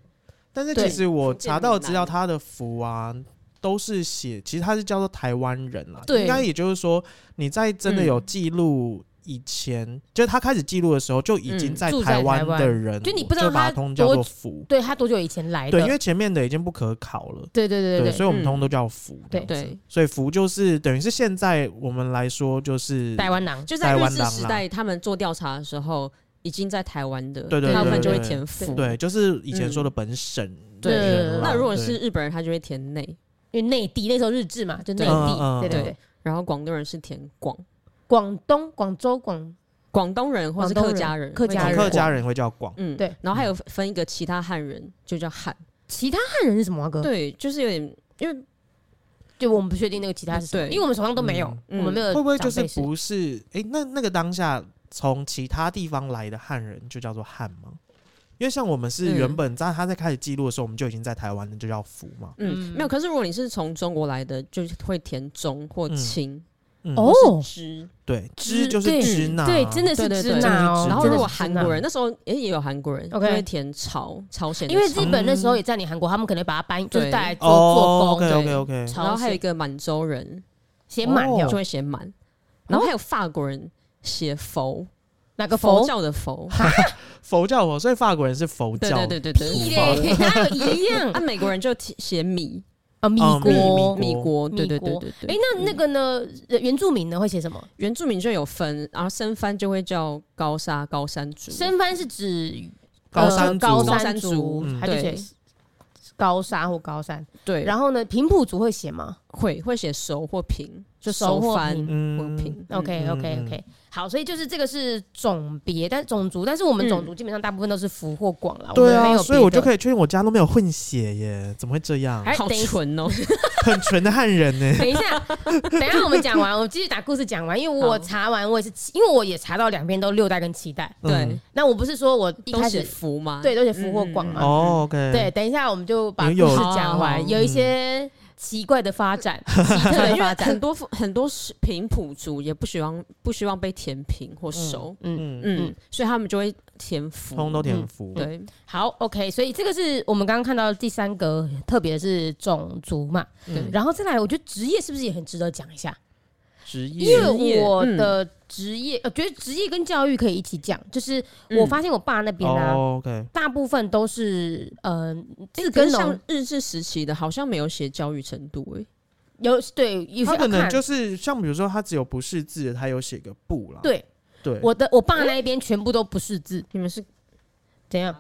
Speaker 3: 但是其
Speaker 1: 对
Speaker 3: 实我
Speaker 2: 福建
Speaker 3: 查到的
Speaker 2: 闽
Speaker 3: 资料，
Speaker 2: 南
Speaker 3: 它的福啊，都是写，其实它是叫做台湾人啦。
Speaker 1: 对嗯
Speaker 3: 应该也就是说，你在真的有记录以前，就是他开始记录的时候，就已经
Speaker 2: 嗯
Speaker 3: 在
Speaker 1: 住在
Speaker 3: 台湾
Speaker 1: 台湾
Speaker 3: 的人，
Speaker 1: 就你不知
Speaker 3: 就
Speaker 1: 道
Speaker 3: 把
Speaker 1: 他
Speaker 3: 它通叫
Speaker 1: 多
Speaker 3: 做福。
Speaker 1: 对他多久以前来的？
Speaker 3: 对，因为前面的已经不可考了。
Speaker 1: 对对对对
Speaker 3: 所以我
Speaker 2: 嗯
Speaker 3: 们通通都叫福。这
Speaker 1: 对
Speaker 3: 样子
Speaker 2: 对，
Speaker 3: 所以福就是等于是现在我们来说就是
Speaker 1: 台湾啊狼
Speaker 2: 就在
Speaker 3: 台
Speaker 2: 日
Speaker 3: 湾
Speaker 2: 治
Speaker 3: 狼
Speaker 2: 时
Speaker 3: 啦
Speaker 2: 代，他们做调查的时候，已经在台湾的，
Speaker 3: 对对
Speaker 1: 对
Speaker 2: 大部分
Speaker 1: 对
Speaker 2: 就会
Speaker 3: 对
Speaker 2: 填福。
Speaker 3: 对，就是以前
Speaker 1: 嗯
Speaker 3: 说的本省
Speaker 2: 对
Speaker 3: 人啦。
Speaker 2: 那如果
Speaker 3: 对
Speaker 2: 是日本人，他就会填内，
Speaker 1: 因为内地呃那时候日治嘛，就内
Speaker 3: 嗯
Speaker 1: 地，
Speaker 3: 嗯
Speaker 1: 对对
Speaker 2: 嗯
Speaker 1: 对，
Speaker 2: 然后广东人是填广，
Speaker 1: 广东、广州、广
Speaker 2: 广东人或者是
Speaker 1: 广
Speaker 2: 客
Speaker 1: 东人
Speaker 2: 家人，
Speaker 1: 客家
Speaker 3: 广
Speaker 1: 人
Speaker 3: 客家人会叫广，
Speaker 2: 嗯，
Speaker 1: 对。
Speaker 2: 然后还有分一个其他汉人，就叫汉。
Speaker 1: 其他汉人是什么啊哥？
Speaker 2: 对，就是有点，因为
Speaker 1: 就我们不确定那个其他是什么，
Speaker 2: 对
Speaker 1: 因为我们手上都没有，
Speaker 2: 嗯
Speaker 1: 我们没有
Speaker 3: 会
Speaker 1: 呃长辈
Speaker 3: 不会
Speaker 1: 史。
Speaker 3: 就是不是？诶，那那个当下从其他地方来的汉人就叫做汉吗？因为像我们是
Speaker 2: 嗯
Speaker 3: 原本在他在开始记录的时候，我们就已经在台湾的就叫福嘛。
Speaker 2: 嗯
Speaker 1: 嗯
Speaker 2: 没有。可是如果你是从中国来的，就会填中或
Speaker 3: 嗯
Speaker 2: 清
Speaker 3: 嗯
Speaker 1: 哦
Speaker 2: 或是支。
Speaker 3: 对，支就
Speaker 1: 嗯
Speaker 3: 是
Speaker 1: 对
Speaker 3: 支那，
Speaker 1: 对，真的
Speaker 2: 对对
Speaker 1: 是支那
Speaker 2: 对
Speaker 3: 真的是
Speaker 1: 哦。
Speaker 3: 支那
Speaker 2: 然后如果
Speaker 1: 真的是支
Speaker 2: 韩
Speaker 1: 那
Speaker 2: 国人，那时候诶也有韩国人，就
Speaker 1: OK
Speaker 2: 会填朝朝鲜的
Speaker 1: 因为
Speaker 2: 朝
Speaker 1: 日本那时候也占领韩国，他们可能把它搬，就是
Speaker 2: 对
Speaker 1: 带来做
Speaker 3: 哦
Speaker 1: 做
Speaker 3: ，OK
Speaker 1: 工，
Speaker 3: OK OK，
Speaker 1: 朝
Speaker 2: 然后还有一
Speaker 1: 鲜
Speaker 2: 个满洲人
Speaker 1: 写满
Speaker 3: 哦
Speaker 2: 就
Speaker 1: 了
Speaker 2: 会写满，然后还有法国人写佛，
Speaker 1: 哪个
Speaker 2: 佛
Speaker 1: 佛？
Speaker 2: 教的佛，
Speaker 3: 佛教我，所以法国人是佛
Speaker 2: 对
Speaker 3: 教，
Speaker 2: 对对对对。
Speaker 1: 屁嘞， 哪有一样
Speaker 2: 啊，美国人就提写米
Speaker 1: 啊？米
Speaker 3: 哦米
Speaker 1: 国。
Speaker 2: 米国，
Speaker 1: 米
Speaker 2: 对对对
Speaker 1: 国
Speaker 2: 对对。
Speaker 1: 哎，
Speaker 3: 嗯
Speaker 1: 那那个呢？呃原住民呢会写什么？
Speaker 2: 原住民就有分，然后生番就会叫高沙高山族，
Speaker 1: 生番是指
Speaker 3: 高
Speaker 1: 呃
Speaker 3: 山
Speaker 1: 高
Speaker 3: 族，
Speaker 1: 山
Speaker 2: 高山族
Speaker 1: 族
Speaker 3: 嗯，
Speaker 1: 他就写
Speaker 2: 对
Speaker 1: 高山或高山。
Speaker 2: 对，
Speaker 1: 然后呢，平埔族会写吗？
Speaker 2: 会会写熟或平，就
Speaker 1: 熟
Speaker 2: 熟
Speaker 1: 或
Speaker 2: 番
Speaker 1: 平
Speaker 2: 或
Speaker 3: 嗯，
Speaker 2: 平。嗯
Speaker 1: OK
Speaker 3: 嗯
Speaker 1: OK
Speaker 3: 嗯
Speaker 1: OK，好，所以就是这个是种别，但种族，但是我们种族基本上大部分都是福或广了，
Speaker 3: 嗯对
Speaker 1: 我们没
Speaker 3: 啊，
Speaker 1: 有
Speaker 3: 所以我就
Speaker 1: 以
Speaker 3: 可以确定我家都没有混血耶，怎么会这样？
Speaker 1: 哎
Speaker 2: 好
Speaker 1: 等一。
Speaker 2: 纯哦，
Speaker 3: 很纯的汉人 呢
Speaker 1: 等一下，等一下我们讲完，我继续把故事讲完，因为我
Speaker 2: 好
Speaker 1: 查完我也是，因为我也查到两边都六代跟七代，
Speaker 2: 对
Speaker 3: 嗯，
Speaker 1: 那我不是说我一
Speaker 2: 都
Speaker 1: 开
Speaker 2: 写
Speaker 1: 始
Speaker 2: 福嘛，嗯
Speaker 1: 对都写福或广嘛，
Speaker 3: 哦，OK，
Speaker 1: 对，，等一下我们就把故
Speaker 3: 有嗯
Speaker 1: 事讲
Speaker 2: 好好
Speaker 1: 完，有一些奇怪的发展，奇特
Speaker 2: 对，
Speaker 1: 的
Speaker 2: 因为
Speaker 1: 发展
Speaker 2: 很，多很多是平埔族也不希望不希望被填平或熟，
Speaker 1: 嗯，
Speaker 3: 嗯，
Speaker 2: 嗯，
Speaker 1: 嗯
Speaker 2: 所以他们就会填福
Speaker 3: 通。通都填福，
Speaker 2: 对，
Speaker 1: 好，OK，所以这个是我们刚刚看到的第三个，特别是种族嘛，
Speaker 3: 嗯，
Speaker 1: 然后再来，我觉得职业是不是也很值得讲一下？
Speaker 3: 职
Speaker 1: 因
Speaker 3: 业，
Speaker 1: 为我
Speaker 2: 嗯
Speaker 1: 的职业，呃，觉得职业跟教育可以一起讲。就是
Speaker 2: 嗯
Speaker 1: 我发现我爸那边啊，
Speaker 3: 哦，OK，
Speaker 1: 大部分都是呃
Speaker 2: 诶
Speaker 1: 自
Speaker 2: 可
Speaker 1: 耕
Speaker 2: 是
Speaker 1: 农
Speaker 2: 像，日治时期的，好像没有写教育程度欸诶。
Speaker 1: 有对，有
Speaker 3: 他
Speaker 1: 些
Speaker 3: 可能
Speaker 1: 看
Speaker 3: 就是像比如说他只有不识字，他有写个不啦，
Speaker 1: 对
Speaker 3: 对，
Speaker 1: 我的我爸那一边全部都不识字，
Speaker 2: 你们是
Speaker 1: 怎样？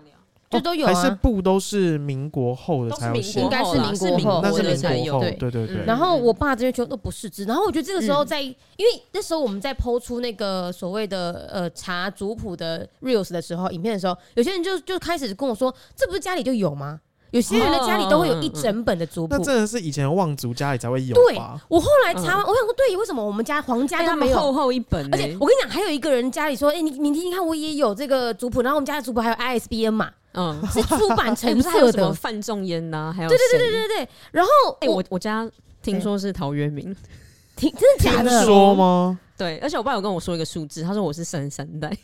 Speaker 1: 就都有
Speaker 3: 还是
Speaker 1: 啊。
Speaker 3: 不都是民国后的才有写
Speaker 1: 应，该是民国后
Speaker 3: 那
Speaker 1: 国
Speaker 3: 是
Speaker 1: 的
Speaker 3: 民
Speaker 1: 才
Speaker 3: 国后，
Speaker 1: 对嗯
Speaker 3: 对对对，
Speaker 1: 然后我爸这边全部都不识字，然后我觉得这个
Speaker 2: 嗯
Speaker 1: 时候在，因为那时候我们在剖出那个所谓的呃查族谱的 reels 的时候，影片的时候，有些人就就开始跟我说，这不是家里就有吗？有些人的家里都会
Speaker 2: 哦
Speaker 1: 有一
Speaker 2: 嗯
Speaker 1: 整本的族谱
Speaker 3: 那，真的是以前望族家里才会有
Speaker 1: 对
Speaker 3: 吧？
Speaker 1: 我后来查完，我想说，对，为什么我们家皇家
Speaker 2: 嗯哎
Speaker 1: 都
Speaker 2: 他
Speaker 1: 没
Speaker 2: 们厚
Speaker 1: 有？
Speaker 2: 厚一本欸诶，
Speaker 1: 而且我跟你讲，还有一个人家里说，哎、你你听听看，我也有这个族谱，然后我们家的族谱还有 ISBN 码，
Speaker 2: 嗯，
Speaker 1: 是出版
Speaker 2: 不
Speaker 1: 成
Speaker 2: 是 还有
Speaker 1: 色
Speaker 2: 什么
Speaker 1: 的，
Speaker 2: 范仲淹呐，还有
Speaker 1: 对对对
Speaker 2: 谁
Speaker 1: 对对对。然后
Speaker 2: 哎、
Speaker 1: 哦我
Speaker 2: 我我家听说是陶渊明，
Speaker 1: 听真的哦假
Speaker 3: 听
Speaker 1: 的？
Speaker 3: 说吗？
Speaker 2: 对，而且我爸有跟我说一个数字，他说我是三十三代，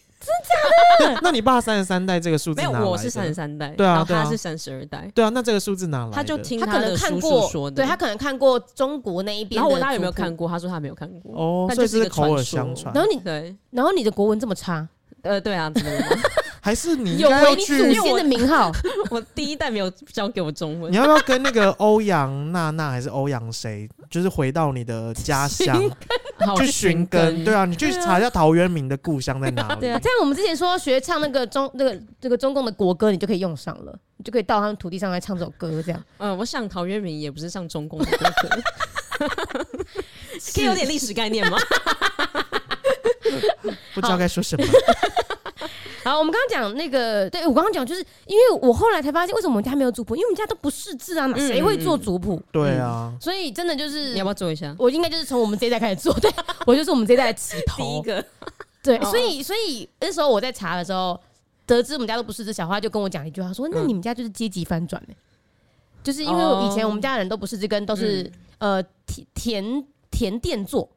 Speaker 3: 那那你爸三十三代这个数字
Speaker 2: 没有，
Speaker 3: 哪来
Speaker 2: 我是
Speaker 3: 的
Speaker 2: 三十三代，
Speaker 3: 对啊
Speaker 2: 然后
Speaker 3: 对啊
Speaker 2: 他是三十二代，
Speaker 3: 对啊，那这个数字哪来的？
Speaker 2: 他就听
Speaker 1: 他可
Speaker 2: 的
Speaker 1: 能看
Speaker 2: 叔
Speaker 1: 过
Speaker 2: 叔说，的，
Speaker 1: 对他可能看过中国那一边。
Speaker 2: 然后我他有没有看？过？他说他没有看过，
Speaker 3: 哦，
Speaker 2: 但
Speaker 3: 所以
Speaker 2: 就是一
Speaker 3: 这
Speaker 2: 个
Speaker 3: 是口耳
Speaker 2: 传说
Speaker 3: 相传
Speaker 1: 然，后你，
Speaker 2: 对，
Speaker 1: 然后你的国文这么差，
Speaker 2: 呃，对啊，怎么了吗
Speaker 3: 还是你应
Speaker 1: 有
Speaker 3: 该要
Speaker 1: 违你
Speaker 3: 去
Speaker 1: 祖先的名号。
Speaker 2: 我第一代没有教给我中文
Speaker 3: 你，要不要跟那个欧阳娜娜还是欧阳谁，就是回到你的 家乡
Speaker 2: 好我
Speaker 3: 去寻根？对
Speaker 2: 啊，
Speaker 3: 啊，你去查一下陶渊明的故乡在哪里。
Speaker 2: 对啊
Speaker 1: 这样我们之前说要学唱那个中那个这个中共的国歌，你就可以用上了，你就可以到他们土地上来唱这首歌，这样
Speaker 2: 嗯，我想陶渊明也不是上中共的歌课， 可以有点历史概念 吗？
Speaker 3: 不知道该说什么。
Speaker 1: 好，我们刚刚讲那个，对我刚刚讲，就是因为我后来才发现，为什么我们家没有族谱，因为我们家都不识字啊，哪
Speaker 2: 嗯
Speaker 1: 谁会做族谱？
Speaker 3: 对啊，
Speaker 1: 所以真的就是
Speaker 2: 你要不要做一下？
Speaker 1: 我应该就是从我们这一代开始做，对我就是我们这一代的起
Speaker 2: 第一
Speaker 1: 头。
Speaker 2: 个，
Speaker 1: 对，
Speaker 2: 哦
Speaker 1: 所以所以呃那时候我在查的时候，得知我们家都不识字，小花就跟我讲一句话，她说：“那
Speaker 2: 嗯
Speaker 1: 你们家就是阶级翻转呢、就是因为
Speaker 2: 哦嗯
Speaker 1: 以前我们家人都不识字，跟都是、呃田田田店做。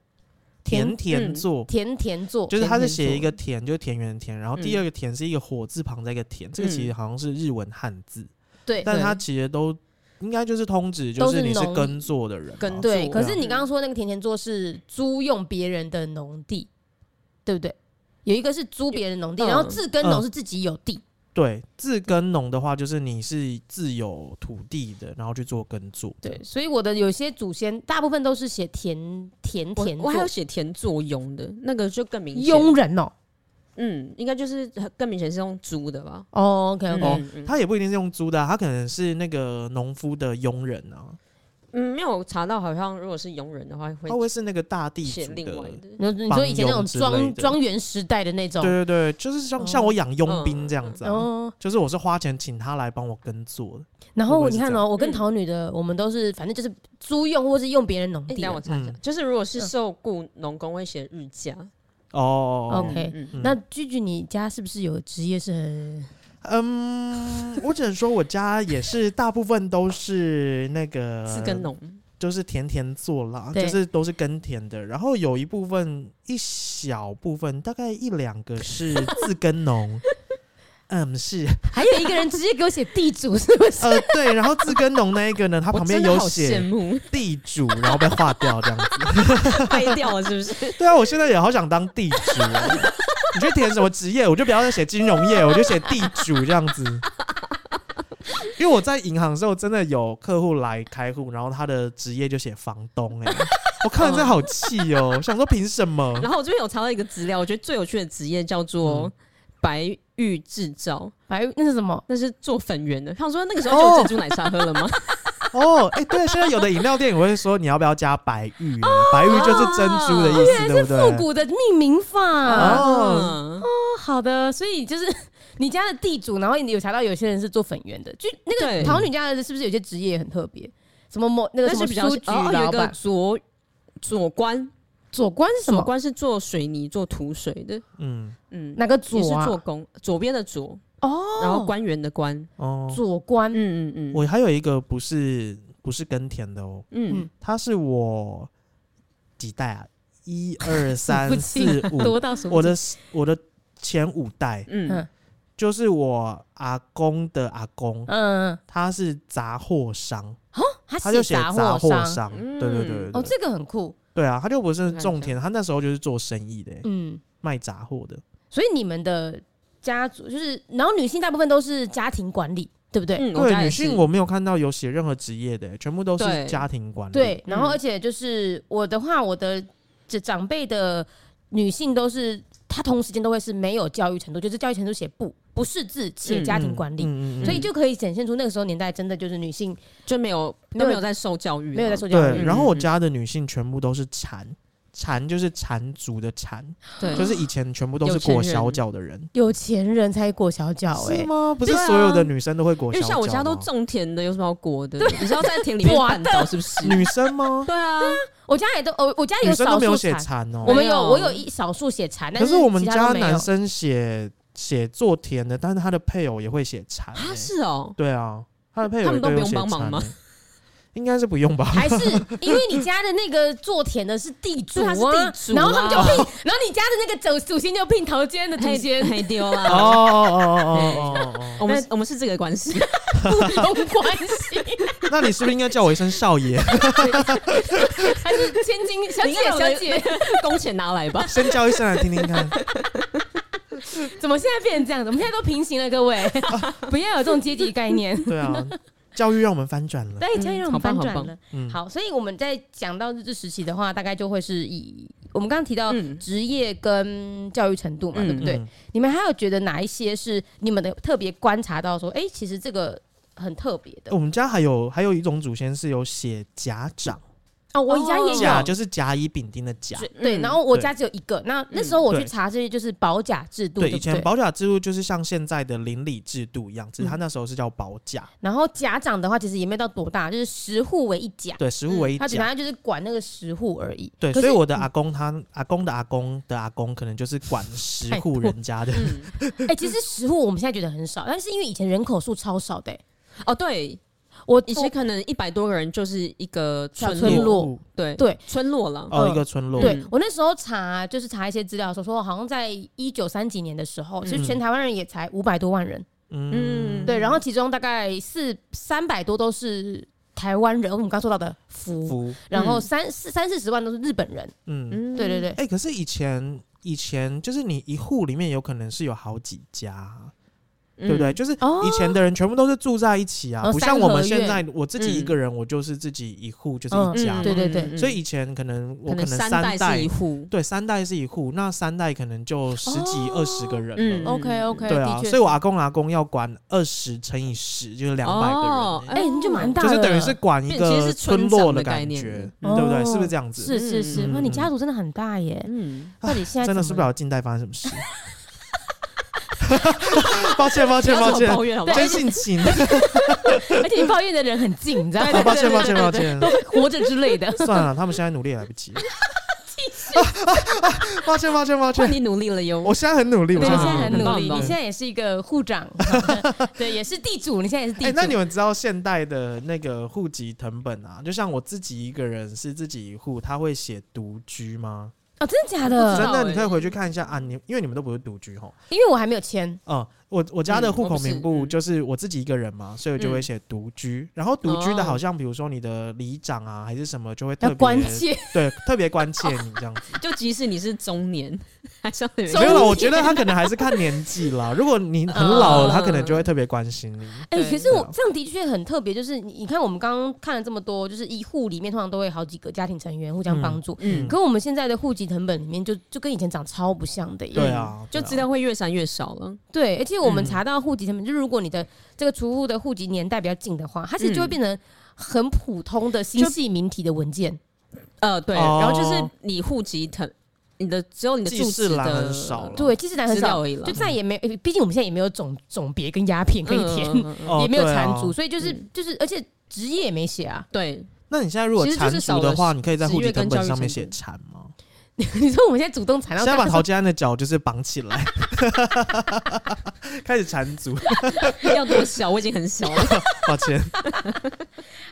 Speaker 3: 田
Speaker 1: 田
Speaker 3: 田
Speaker 2: 嗯
Speaker 3: 座，
Speaker 1: 田田座，
Speaker 3: 就是它是
Speaker 2: 田
Speaker 3: 写一
Speaker 2: 座
Speaker 3: 个田，就是田园的田，然后第
Speaker 2: 嗯
Speaker 3: 二个田是一个火字旁在一个田，这个其实好像是日文汉字，
Speaker 1: 对
Speaker 3: 但它
Speaker 2: 对
Speaker 3: 其实都应该就是通指，就
Speaker 1: 都
Speaker 3: 是
Speaker 1: 是
Speaker 3: 你是
Speaker 1: 农
Speaker 3: 耕作的人嘛，
Speaker 2: 耕作
Speaker 1: 对。
Speaker 2: 座
Speaker 1: 可是
Speaker 2: 啊
Speaker 1: 你刚刚说那个田田座是租用别人的农地，对不对？有一个是租别人的农地，
Speaker 2: 嗯
Speaker 1: 然后自耕农
Speaker 3: 嗯
Speaker 1: 是自己有地，
Speaker 3: 对自耕农的话，就是你是自有土地的，然后去做耕作，
Speaker 1: 对。所以我的有些祖先大部分都是写田田
Speaker 2: 我
Speaker 1: 田
Speaker 2: 我
Speaker 1: 座
Speaker 2: 还有写田作庸的那个就更明显，
Speaker 1: 庸人哦。
Speaker 2: 嗯，应该就是更明显是用租的吧？
Speaker 1: 哦，OK OK，
Speaker 2: 嗯嗯
Speaker 3: 他也不一定是用租的、啊，他可能是那个农夫的佣人啊，
Speaker 2: 嗯，没有查到，好像如果是佣人的话会
Speaker 3: 他会是那个大地
Speaker 2: 写
Speaker 3: 主
Speaker 2: 另外
Speaker 3: 的。
Speaker 2: 的。
Speaker 1: 你说你说以前那种
Speaker 3: 帮佣之类的
Speaker 1: 庄庄园时代的那种，
Speaker 3: 对对对，就是像、像我养佣兵这样子
Speaker 2: 嗯
Speaker 3: 啊，
Speaker 1: 哦。
Speaker 3: 就是我是花钱请他来帮我耕作的。
Speaker 1: 然
Speaker 3: 会不
Speaker 1: 后
Speaker 3: 会是
Speaker 1: 你看
Speaker 3: 这
Speaker 1: 哦，我跟桃女的，我们都是反正就是租用或是用别人农
Speaker 2: 哎，等
Speaker 1: 地
Speaker 2: 一下
Speaker 1: 啊。
Speaker 2: 我查一下
Speaker 3: 嗯，
Speaker 2: 就是如果是受雇农工会写日价
Speaker 3: 哦
Speaker 1: OK
Speaker 2: 嗯
Speaker 3: 嗯
Speaker 1: 那居居，你家是不是有职业是 很
Speaker 3: 嗯，我只能说我家也是大部分都是那个
Speaker 2: 自耕，农，
Speaker 3: 就是田田做啦，
Speaker 1: 对
Speaker 3: 就是都是耕田的。然后有一部分一小部分，大概一两个是自 耕农。嗯，是，
Speaker 1: 还有一个人直接给我写地主，是不 是？
Speaker 3: 呃，对，然后自耕农那一个呢，他
Speaker 2: 我
Speaker 3: 旁边
Speaker 2: 真的
Speaker 3: 有
Speaker 2: 好羡
Speaker 3: 写
Speaker 2: 慕，
Speaker 3: 地主，然后被划掉这样子。
Speaker 2: 坏掉了是不是？
Speaker 3: 对啊，我现在也好想当地主 哦。你去填什么职业？我就不要再写金融业，我就写地主这样子。因为我在银行的时候，真的有客户来开户，然后他的职业就写房东、哎，我看了真的好气哦、我想说凭什么？
Speaker 2: 然后我这边有查到一个资料，我觉得最有趣的职业叫
Speaker 1: 嗯
Speaker 2: 做白玉制造，
Speaker 1: 哎，那是什么？
Speaker 2: 那是做粉圆的。想说那个时候就有珍珠奶茶喝 了吗？
Speaker 3: 哦，哎、对，现在有的饮料店也会说你要不要加白玉、哎
Speaker 1: 哦
Speaker 3: 白玉就是珍珠的意思，对不
Speaker 1: 复
Speaker 3: 对？
Speaker 1: 古的命名法。
Speaker 3: 啊
Speaker 1: 哦，
Speaker 3: 哦
Speaker 2: 嗯，
Speaker 1: 好的，所以就是你家的地主，然后你有查到有些人是做粉圆的，就那
Speaker 2: 对
Speaker 1: 个桃女家的是不是有些职业很特别？什么某那个
Speaker 2: 但
Speaker 1: 什
Speaker 2: 是
Speaker 1: 么
Speaker 2: 比较
Speaker 1: 书局
Speaker 2: 哦有
Speaker 1: 老
Speaker 2: 一个
Speaker 1: 板，
Speaker 2: 左左官，
Speaker 1: 左官是什
Speaker 2: 左
Speaker 1: 么？
Speaker 2: 官是做水泥、做土水的，
Speaker 3: 嗯，
Speaker 2: 嗯，
Speaker 1: 哪个
Speaker 2: 也是
Speaker 1: 左啊？
Speaker 2: 做工，左边的左，
Speaker 1: 哦，
Speaker 2: 然后官员的官，
Speaker 3: 哦，
Speaker 1: 左官，
Speaker 2: 嗯嗯嗯，
Speaker 3: 我还有一个不是不是耕田的哦、
Speaker 2: 嗯
Speaker 1: 嗯
Speaker 3: 他是我几代啊？一二
Speaker 1: 不
Speaker 3: 三四
Speaker 1: 清
Speaker 3: 五，
Speaker 1: 多到什么？
Speaker 3: 我的我的前五代
Speaker 2: 嗯
Speaker 3: 就是我阿公的阿公，
Speaker 1: 嗯，
Speaker 3: 他是杂货商，他
Speaker 1: 他
Speaker 3: 就
Speaker 1: 写
Speaker 3: 写
Speaker 1: 杂
Speaker 3: 杂
Speaker 1: 货
Speaker 3: 货
Speaker 1: 商。
Speaker 3: 商，对
Speaker 2: 嗯
Speaker 3: 对对
Speaker 1: 哦，
Speaker 3: 对对，
Speaker 1: 这个很酷，
Speaker 3: 对啊，他就不是
Speaker 2: 看一
Speaker 3: 种
Speaker 2: 下
Speaker 3: 田，他那时候就是做生意的欸，
Speaker 1: 嗯，
Speaker 3: 卖杂货的。
Speaker 1: 所以你们的家族就是，然后女性大部分都是家庭管理，对不对？
Speaker 2: 嗯，
Speaker 3: 对
Speaker 2: 家
Speaker 3: 女
Speaker 2: 也是
Speaker 3: 性，我没有看到有写任何职业的欸，全部都是
Speaker 2: 对
Speaker 3: 家庭管理。
Speaker 1: 对，然后
Speaker 2: 嗯
Speaker 1: 而且就是我的话，我的这长辈的女性都是，她同时间都会是没有教育程度，就是教育程度写不不识字且
Speaker 2: 嗯
Speaker 1: 家庭管理。
Speaker 3: 嗯嗯嗯
Speaker 1: 所以就可以显现出那个时候年代真的就是女性
Speaker 2: 就没有
Speaker 1: 没
Speaker 2: 都
Speaker 1: 有
Speaker 2: 没有在受教育啊，
Speaker 1: 没有在受教育，
Speaker 3: 对，
Speaker 2: 嗯
Speaker 3: 然后我
Speaker 2: 嗯
Speaker 3: 家的女性全部都是缠，缠就是缠足的缠，
Speaker 2: 对，
Speaker 3: 就是以前全部都是
Speaker 2: 有钱
Speaker 3: 裹小
Speaker 2: 人
Speaker 3: 脚的人，
Speaker 1: 有钱人才裹小脚哎、
Speaker 3: 是吗？不是
Speaker 2: 对啊
Speaker 3: 所有的女生都会裹
Speaker 2: 因
Speaker 3: 小
Speaker 2: 为像
Speaker 3: 脚吗，
Speaker 2: 我家都种田的，有什么好裹的？你是要在田里 面绊倒是不是？
Speaker 3: 女 生吗？
Speaker 2: 对啊，
Speaker 1: 我家也都我我家
Speaker 3: 女
Speaker 1: 有
Speaker 3: 生都
Speaker 1: 少
Speaker 3: 没有
Speaker 1: 数
Speaker 3: 写
Speaker 1: 产，
Speaker 3: 蚕哦
Speaker 1: 我。们有
Speaker 2: 没有
Speaker 1: 我有一少数写蚕，但
Speaker 3: 可是我们
Speaker 1: 其他
Speaker 3: 家
Speaker 1: 都没有
Speaker 3: 男生写写做田的，但是他的配偶也会写蚕欸。
Speaker 2: 啊是哦，
Speaker 3: 对啊，他的配
Speaker 2: 他
Speaker 3: 偶
Speaker 2: 们
Speaker 3: 也
Speaker 2: 都
Speaker 3: 有
Speaker 2: 不用
Speaker 3: 写
Speaker 2: 帮忙
Speaker 3: 蚕
Speaker 2: 吗
Speaker 3: 欸？应该是不用吧？
Speaker 1: 还是因为你家的那个做田的是地主、
Speaker 2: 对
Speaker 1: 啊，
Speaker 2: 他是地主啊
Speaker 1: 然后他们就聘，然后你家的那个祖祖先就聘头间的祖
Speaker 2: 黑
Speaker 1: 先，
Speaker 2: 黑丢
Speaker 3: 哦
Speaker 2: 啦，
Speaker 3: 哦哦哦哦哦哦！
Speaker 2: 我们我们是这个关系，
Speaker 1: 雇
Speaker 2: 哎
Speaker 1: 佣关系，
Speaker 3: 那你是不是应该叫我一声少爷？
Speaker 1: 还是千金小姐
Speaker 2: 你 应该有
Speaker 1: 小
Speaker 2: 那
Speaker 1: 姐，
Speaker 2: 个工钱拿来吧。
Speaker 3: 先叫一声来听听看。
Speaker 1: 怎么现在变成这样子？我们现在都平行了，各位， 不要有这种阶级概 念。
Speaker 3: 对啊，教育让我们翻转了。
Speaker 1: 对，这样让我们
Speaker 2: 好
Speaker 1: 翻
Speaker 2: 棒好
Speaker 1: 转
Speaker 2: 棒
Speaker 1: 了。
Speaker 3: 嗯，
Speaker 1: 好，所以我们在讲到日治时期的话，大概就会是以我们刚刚提到
Speaker 2: 嗯
Speaker 1: 职业跟教育程度嘛，
Speaker 2: 嗯
Speaker 1: 对不对？
Speaker 3: 嗯，
Speaker 1: 你们还有觉得哪一些是你们的特别观察到说，哎、其实这个很特别的
Speaker 3: 我们家还有还有一种祖先是有写
Speaker 2: 嗯
Speaker 3: 甲长，
Speaker 1: 哦，我家也
Speaker 2: 哦
Speaker 1: 有
Speaker 3: 甲。就是甲乙丙丁的甲。
Speaker 1: 是对，
Speaker 2: 嗯
Speaker 1: 然后我家只有一个。那那时候我去查这些，就是保甲制度，
Speaker 3: 对，
Speaker 1: 对
Speaker 3: 以
Speaker 1: 不
Speaker 3: 前
Speaker 1: 对？嗯
Speaker 3: 保甲制度就是像现在的邻里制度一样，只是他那时候是叫保甲，
Speaker 1: 然后甲长的话，其实也没有到多大，就是十户为一甲，
Speaker 3: 对，十户为一
Speaker 1: 嗯他只
Speaker 3: 甲。
Speaker 1: 拿就是管那个十户而已。
Speaker 3: 对，
Speaker 1: 可
Speaker 3: 所
Speaker 1: 是嗯
Speaker 3: 以我的阿公他阿公的阿公的阿公，可能就是管十
Speaker 1: 太
Speaker 3: 户
Speaker 1: 多
Speaker 3: 人家的。
Speaker 2: 嗯，
Speaker 1: 哎，其实十户我们现在觉得很少，但是因为以前人口数超少的，诶
Speaker 2: 哦对，
Speaker 1: 我
Speaker 2: 以前可能一百多个人就是一个
Speaker 1: 小
Speaker 2: 村
Speaker 1: 村
Speaker 2: 落，
Speaker 1: 落
Speaker 3: 户
Speaker 2: 对
Speaker 1: 对
Speaker 2: 村落了。
Speaker 3: 哦，
Speaker 1: 嗯
Speaker 3: 一个村落，
Speaker 1: 对
Speaker 2: 嗯
Speaker 1: 我那时候查，就是查一些资料的时候，说好像在一九三几年的时候，其实
Speaker 3: 嗯
Speaker 1: 全台湾人也才五百多万人，
Speaker 3: 嗯
Speaker 2: 嗯
Speaker 1: 对，然后其中大概四三百多都是台湾人，我们刚说到的福，
Speaker 3: 福，
Speaker 1: 然后三四三四十万都是日本人，
Speaker 3: 嗯，
Speaker 2: 嗯
Speaker 1: 对对，对，
Speaker 3: 哎，可是以前以前就是你一户里面有可能是有好几家，对不对？
Speaker 2: 嗯？
Speaker 3: 就是
Speaker 1: 哦
Speaker 3: 以前的人全部都是住在一起啊，
Speaker 1: 哦
Speaker 3: 不
Speaker 1: 三
Speaker 3: 像我们
Speaker 1: 合院嗯
Speaker 3: 现在我自己一个人，我就是自己一户就是一
Speaker 2: 嗯
Speaker 3: 家嘛
Speaker 1: 对对对
Speaker 2: 嗯嗯
Speaker 3: 所以以前可能我
Speaker 2: 可能
Speaker 3: 三
Speaker 2: 三代是一户，
Speaker 3: 对三代是一户，那三代可能就十几
Speaker 1: 哦
Speaker 3: 二十个人
Speaker 2: 嗯
Speaker 3: 了。
Speaker 1: OK OK，
Speaker 3: 对啊，
Speaker 1: 的确
Speaker 3: 所以我阿公阿公要管二十乘以十，就是两百个人
Speaker 2: 哦
Speaker 3: 欸，
Speaker 1: 哎，你就蛮大
Speaker 3: 就
Speaker 1: 了，
Speaker 3: 是等于是管一
Speaker 2: 其实
Speaker 3: 个
Speaker 2: 是村
Speaker 3: 村
Speaker 2: 长
Speaker 3: 落
Speaker 2: 的概
Speaker 3: 感
Speaker 2: 念
Speaker 3: 觉，
Speaker 1: 嗯
Speaker 3: 对不对？
Speaker 1: 哦
Speaker 3: 是不是这样子？
Speaker 1: 是是是，
Speaker 2: 嗯
Speaker 1: 哇，你家族真的很大耶，
Speaker 2: 嗯，
Speaker 1: 到底现在
Speaker 3: 真的是
Speaker 1: 怎
Speaker 3: 不
Speaker 1: 么
Speaker 3: 知道近代发生什么 事。抱歉，抱歉，
Speaker 2: 不要这
Speaker 3: 抱
Speaker 2: 么
Speaker 3: 歉，
Speaker 2: 抱怨好不好？
Speaker 3: 真性情。
Speaker 1: 了，而且你抱怨的人很近，你知道
Speaker 3: 好，抱
Speaker 1: 吗？
Speaker 3: 歉，抱歉，抱歉。
Speaker 1: 活着之类的，
Speaker 3: 算了，他们现在努力也来不及。 抱歉，抱歉，抱
Speaker 2: 换
Speaker 3: 歉。
Speaker 2: 你努力了哟。
Speaker 3: 我现在很努力，我
Speaker 1: 对，你
Speaker 3: 现
Speaker 1: 现在
Speaker 3: 在
Speaker 1: 很
Speaker 3: 努力。
Speaker 1: 努
Speaker 2: 棒
Speaker 1: 力，
Speaker 2: 棒
Speaker 1: 你现在也是一个护长， 对，也是地主，你现在也是地
Speaker 3: 哎、
Speaker 1: 主。
Speaker 3: 那你们知道现代的那个户籍成本啊？就像我自己一个人是自己一户，他会写独居吗？
Speaker 1: 哦，真的假
Speaker 2: 不知
Speaker 1: 的
Speaker 2: 道？
Speaker 3: 真的，
Speaker 2: 欸
Speaker 3: 你可以回去看一下啊。你因为你们都不是独居吼，
Speaker 1: 因为我还没有签，
Speaker 3: 嗯，我我家的
Speaker 2: 嗯
Speaker 3: 户
Speaker 2: 我
Speaker 3: 口
Speaker 2: 不是
Speaker 3: 名簿
Speaker 2: 嗯
Speaker 3: 就是我自己一个人嘛，所以我就会写独居。
Speaker 1: 嗯
Speaker 3: 然后独居的
Speaker 1: 哦
Speaker 3: 好像比如说你的里长啊还是什么，就会特
Speaker 1: 要
Speaker 3: 别
Speaker 1: 关切，
Speaker 3: 对特别关切你这样 子。
Speaker 2: 就即使你是中年，还是要有一
Speaker 1: 中
Speaker 3: 没
Speaker 2: 个
Speaker 3: 有
Speaker 1: 年
Speaker 3: 了，我觉得他可能还是看年纪啦。如果你很老了，
Speaker 2: 嗯
Speaker 3: 他可能就会特别关心你。
Speaker 1: 哎、
Speaker 2: 对
Speaker 1: 可是我
Speaker 3: 对啊
Speaker 1: 这样的确很特别，就是你你看，我们刚刚看了这么多，就是一户里面通常都会好几个家庭成员互相帮助，
Speaker 2: 嗯
Speaker 1: 可我们现在的户籍成本里面就就跟以前长超不像的耶。
Speaker 3: 对啊，
Speaker 2: 就
Speaker 3: 对啊
Speaker 2: 资料会越删越少了。
Speaker 1: 对，而且我们
Speaker 3: 嗯
Speaker 1: 查到户籍成本，就是如果你的这个储户的户籍年代比较近的话，它其实就会变成很普通的新
Speaker 2: 就
Speaker 1: 系名体的文件。
Speaker 2: 呃，对，
Speaker 3: 哦
Speaker 2: 然后就是你户籍腾，你的只有你的
Speaker 3: 记
Speaker 2: 住
Speaker 3: 事
Speaker 2: 址
Speaker 3: 栏
Speaker 2: 的
Speaker 3: 很少了
Speaker 1: 对，其实难很
Speaker 2: 哦资
Speaker 1: 少
Speaker 2: 料，而已了
Speaker 1: 就，再也没，呃毕竟我们现在也没有种种别跟鸦片可以填，
Speaker 2: 嗯嗯嗯嗯
Speaker 3: 哦
Speaker 1: 也没有
Speaker 3: 对啊
Speaker 1: 缠足，所以就是
Speaker 2: 嗯
Speaker 1: 就是，而且职业也没写啊。
Speaker 2: 对，
Speaker 3: 那你现在如果
Speaker 2: 其实就是
Speaker 3: 缠
Speaker 2: 少
Speaker 3: 足的
Speaker 2: 了
Speaker 3: 话，你可以在
Speaker 2: 职
Speaker 3: 户籍
Speaker 2: 业跟
Speaker 3: 成
Speaker 2: 教
Speaker 3: 本
Speaker 2: 育
Speaker 3: 上面
Speaker 2: 程
Speaker 3: 写
Speaker 2: 度
Speaker 3: 缠吗？
Speaker 1: 你说我们现在主动缠到
Speaker 3: 现在把陶吉安的脚就是绑起来， 开始缠 足。
Speaker 2: 要多小？我已经很小 了。
Speaker 3: 抱歉，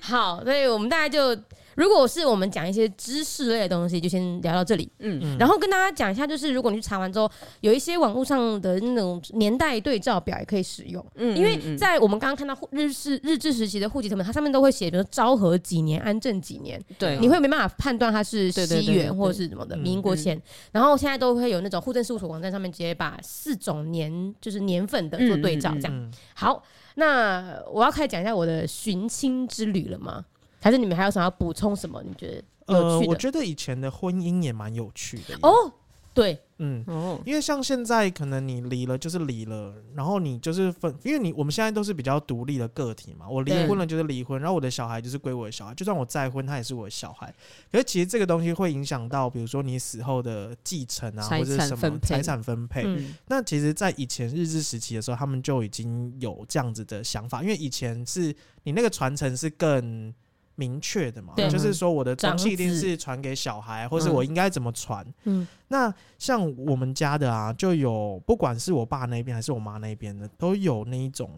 Speaker 1: 好，所以我们大家就，如果是我们讲一些知识类的东西，就先聊到这里。
Speaker 2: 嗯，
Speaker 3: 嗯
Speaker 1: 然后跟大家讲一下，就是如果你去查完之后，有一些网络上的那种年代对照表也可以使用。
Speaker 2: 嗯
Speaker 1: 因
Speaker 2: 嗯
Speaker 1: 为
Speaker 2: 嗯
Speaker 1: 在我们刚刚看到户日式日治时期的户籍成本，它上面都会写，比如说昭和几年、安政几年，
Speaker 2: 对，啊
Speaker 1: 你会没办法判断它是
Speaker 2: 对对对
Speaker 1: 西
Speaker 2: 对
Speaker 1: 元
Speaker 2: 对
Speaker 1: 或者是什么的
Speaker 3: 嗯
Speaker 1: 民国前。然后现在都会有那种户政事务所网站上面直接把四种年就是年份的做对照，
Speaker 2: 嗯嗯嗯
Speaker 1: 这样。
Speaker 3: 嗯，
Speaker 1: 好，那我要开始讲一下我的寻亲之旅了吗？还是你们还有什么要补充什么？你们觉得
Speaker 3: 呃
Speaker 1: 有，趣
Speaker 3: 我
Speaker 1: 的？
Speaker 3: 觉得以前的婚姻也蛮有趣的耶
Speaker 1: 哦，对，
Speaker 3: 嗯，
Speaker 2: 哦，
Speaker 3: 因为像现在可能你离了就是离了，然后你就是分，因为你我们现在都是比较独立的个体嘛。我离
Speaker 1: 对
Speaker 3: 婚了就是离婚，然后我的小孩就是归我的小孩，就算我再婚，他也是我的小孩。可是其实这个东西会影响到，比如说你死后的继承啊，
Speaker 2: 财
Speaker 3: 或者
Speaker 2: 产
Speaker 3: 是什么
Speaker 2: 分配
Speaker 3: 财产分配。
Speaker 1: 嗯，
Speaker 3: 那其实，在以前日治时期的时候，他们就已经有这样子的想法，因为以前是你那个传承是更明确的嘛，
Speaker 1: 对
Speaker 3: 就是说我的
Speaker 1: 长
Speaker 3: 东西一定
Speaker 1: 子
Speaker 3: 是传给小孩，或是
Speaker 2: 嗯
Speaker 3: 我应该怎么传。
Speaker 1: 嗯，
Speaker 3: 那像我们家的啊，就有不管是我爸那边还是我妈那边的，都有那一种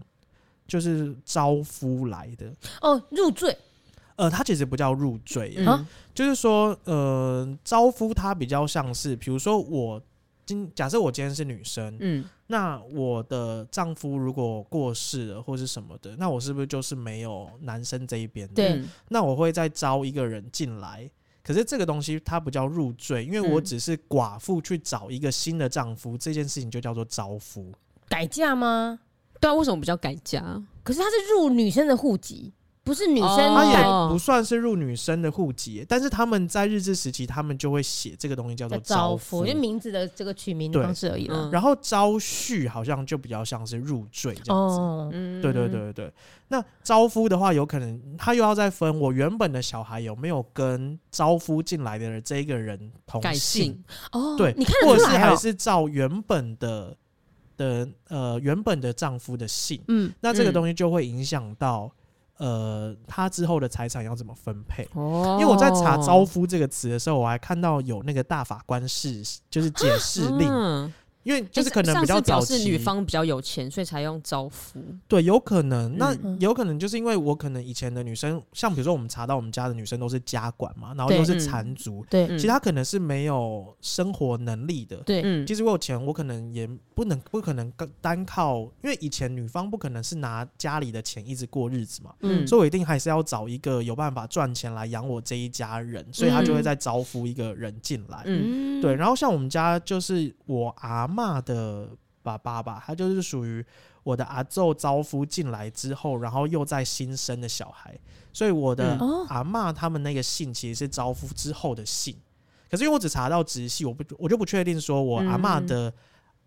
Speaker 3: 就是招夫来的。
Speaker 1: 哦，入赘，
Speaker 3: 呃，他其实不叫入赘，
Speaker 2: 嗯
Speaker 1: 啊
Speaker 3: 就是说，呃，招夫他比较像是，比如说我今假设我今天是女生，
Speaker 2: 嗯，
Speaker 3: 那我的丈夫如果过世了或是什么的，那我是不是就是没有男生这一边的？
Speaker 1: 对
Speaker 2: 嗯
Speaker 3: 那我会再招一个人进来。可是这个东西它不叫入赘，因为我
Speaker 2: 嗯
Speaker 3: 只是寡妇去找一个新的丈夫，这件事情就叫做招夫。
Speaker 1: 改嫁吗？
Speaker 2: 对啊，为什么不叫改嫁？
Speaker 1: 可是他是入女生的户籍，不是女生
Speaker 2: 哦
Speaker 3: 它
Speaker 1: 改
Speaker 3: 也不算是入女生的户籍，但是他们在日治时期，他们就会写这个东西叫做
Speaker 1: 的招
Speaker 3: 夫
Speaker 1: 夫，就。名字的这个取名的
Speaker 3: 对
Speaker 1: 方式而已啦。
Speaker 2: 嗯
Speaker 3: 然后招婿好像就比较像是入赘这样子。
Speaker 1: 哦，
Speaker 2: 嗯，
Speaker 3: 对对对对对，那招夫的话，有可能他又要再分我原本的小孩有没有跟招夫进来的这一个人同
Speaker 2: 改
Speaker 3: 姓
Speaker 2: 姓，
Speaker 1: 哦，
Speaker 3: 对，
Speaker 1: 你看得
Speaker 3: 或者
Speaker 1: 出
Speaker 3: 是
Speaker 1: 来
Speaker 3: 还
Speaker 1: 哦，
Speaker 3: 是照原本的的呃原本的丈夫的姓，
Speaker 1: 嗯，
Speaker 3: 那这个
Speaker 2: 嗯
Speaker 3: 东西就会影响到、呃他之后的财产要怎么分配。
Speaker 2: 哦
Speaker 3: 因为我在查“招夫”这个词的时候，我还看到有那个大法官释，就是解释令，
Speaker 2: 嗯
Speaker 3: 因因为哦就是可能
Speaker 2: 上
Speaker 3: 比较
Speaker 2: 次表
Speaker 3: 早
Speaker 2: 示
Speaker 3: 期，
Speaker 2: 女方比较有钱，所以才用招夫。
Speaker 3: 对，有可能。那
Speaker 1: 嗯
Speaker 3: 有可能就是因为我可能以前的女生，像比如说我们查到我们家的女生都是家管嘛，然后
Speaker 1: 对
Speaker 3: 都是
Speaker 2: 嗯
Speaker 3: 缠足，
Speaker 1: 对
Speaker 2: 嗯
Speaker 3: 其他可能是没有生活能力的。
Speaker 1: 对
Speaker 2: 嗯
Speaker 3: 其实我有钱，我可能也不能不可能跟单靠，因为以前女方不可能是拿家里的钱一直过日子嘛，
Speaker 1: 嗯
Speaker 2: 嗯，
Speaker 3: 所以我一定还是要找一个有办法赚钱来养我这一家人，所以他就会
Speaker 1: 嗯
Speaker 3: 再招呼一个人进来。
Speaker 2: 嗯
Speaker 1: 嗯
Speaker 3: 对，然后像我们家就是我阿嬷的爸爸吧，他就是属于我的阿昼招夫进来之后，然后又在新生的小孩，所以我的
Speaker 2: 嗯
Speaker 1: 哦
Speaker 3: 阿嬷他们那个姓其实是招夫之后的姓，可是因为我只查到直系，我不我就不确定说我阿嬷
Speaker 2: 嗯
Speaker 3: 的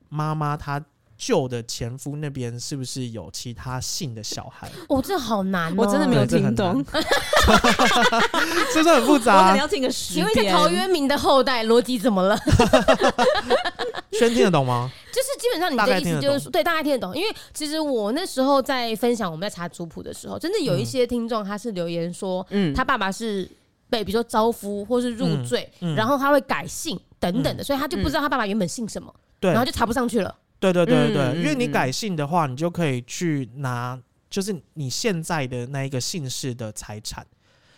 Speaker 3: 妈妈她旧的前夫那边是不是有其他姓的小 孩，
Speaker 1: 哦，这好难哦，
Speaker 2: 我真的没有
Speaker 3: 对这很
Speaker 2: 听懂，
Speaker 3: 难
Speaker 2: 我
Speaker 3: 是不是很复
Speaker 2: 可能
Speaker 3: 杂？
Speaker 2: 要听个十
Speaker 1: 请
Speaker 2: 遍。
Speaker 1: 问一下，陶渊明的后代逻辑怎么了？
Speaker 3: 轩听得懂吗？
Speaker 1: 就是基本上你
Speaker 3: 大概
Speaker 1: 的意
Speaker 3: 听
Speaker 1: 思
Speaker 3: 得
Speaker 1: 就是
Speaker 3: 懂
Speaker 1: 说，对，大家听得懂。因为其实我那时候在分享我们在查族谱的时候，真的有一
Speaker 3: 嗯
Speaker 1: 些听众他是留言说，
Speaker 2: 嗯
Speaker 1: 他爸爸是被比如说招夫或是入赘，
Speaker 3: 嗯嗯嗯
Speaker 1: 然后他会改姓等等的，所以他就不知道他爸爸原本姓什么，
Speaker 3: 对
Speaker 1: 然，后就查不上去了。
Speaker 3: 对对对对对，
Speaker 2: 嗯
Speaker 3: 因为你
Speaker 2: 嗯嗯
Speaker 3: 改姓的话，你就可以去拿，就是你现在的那一个姓氏的财产。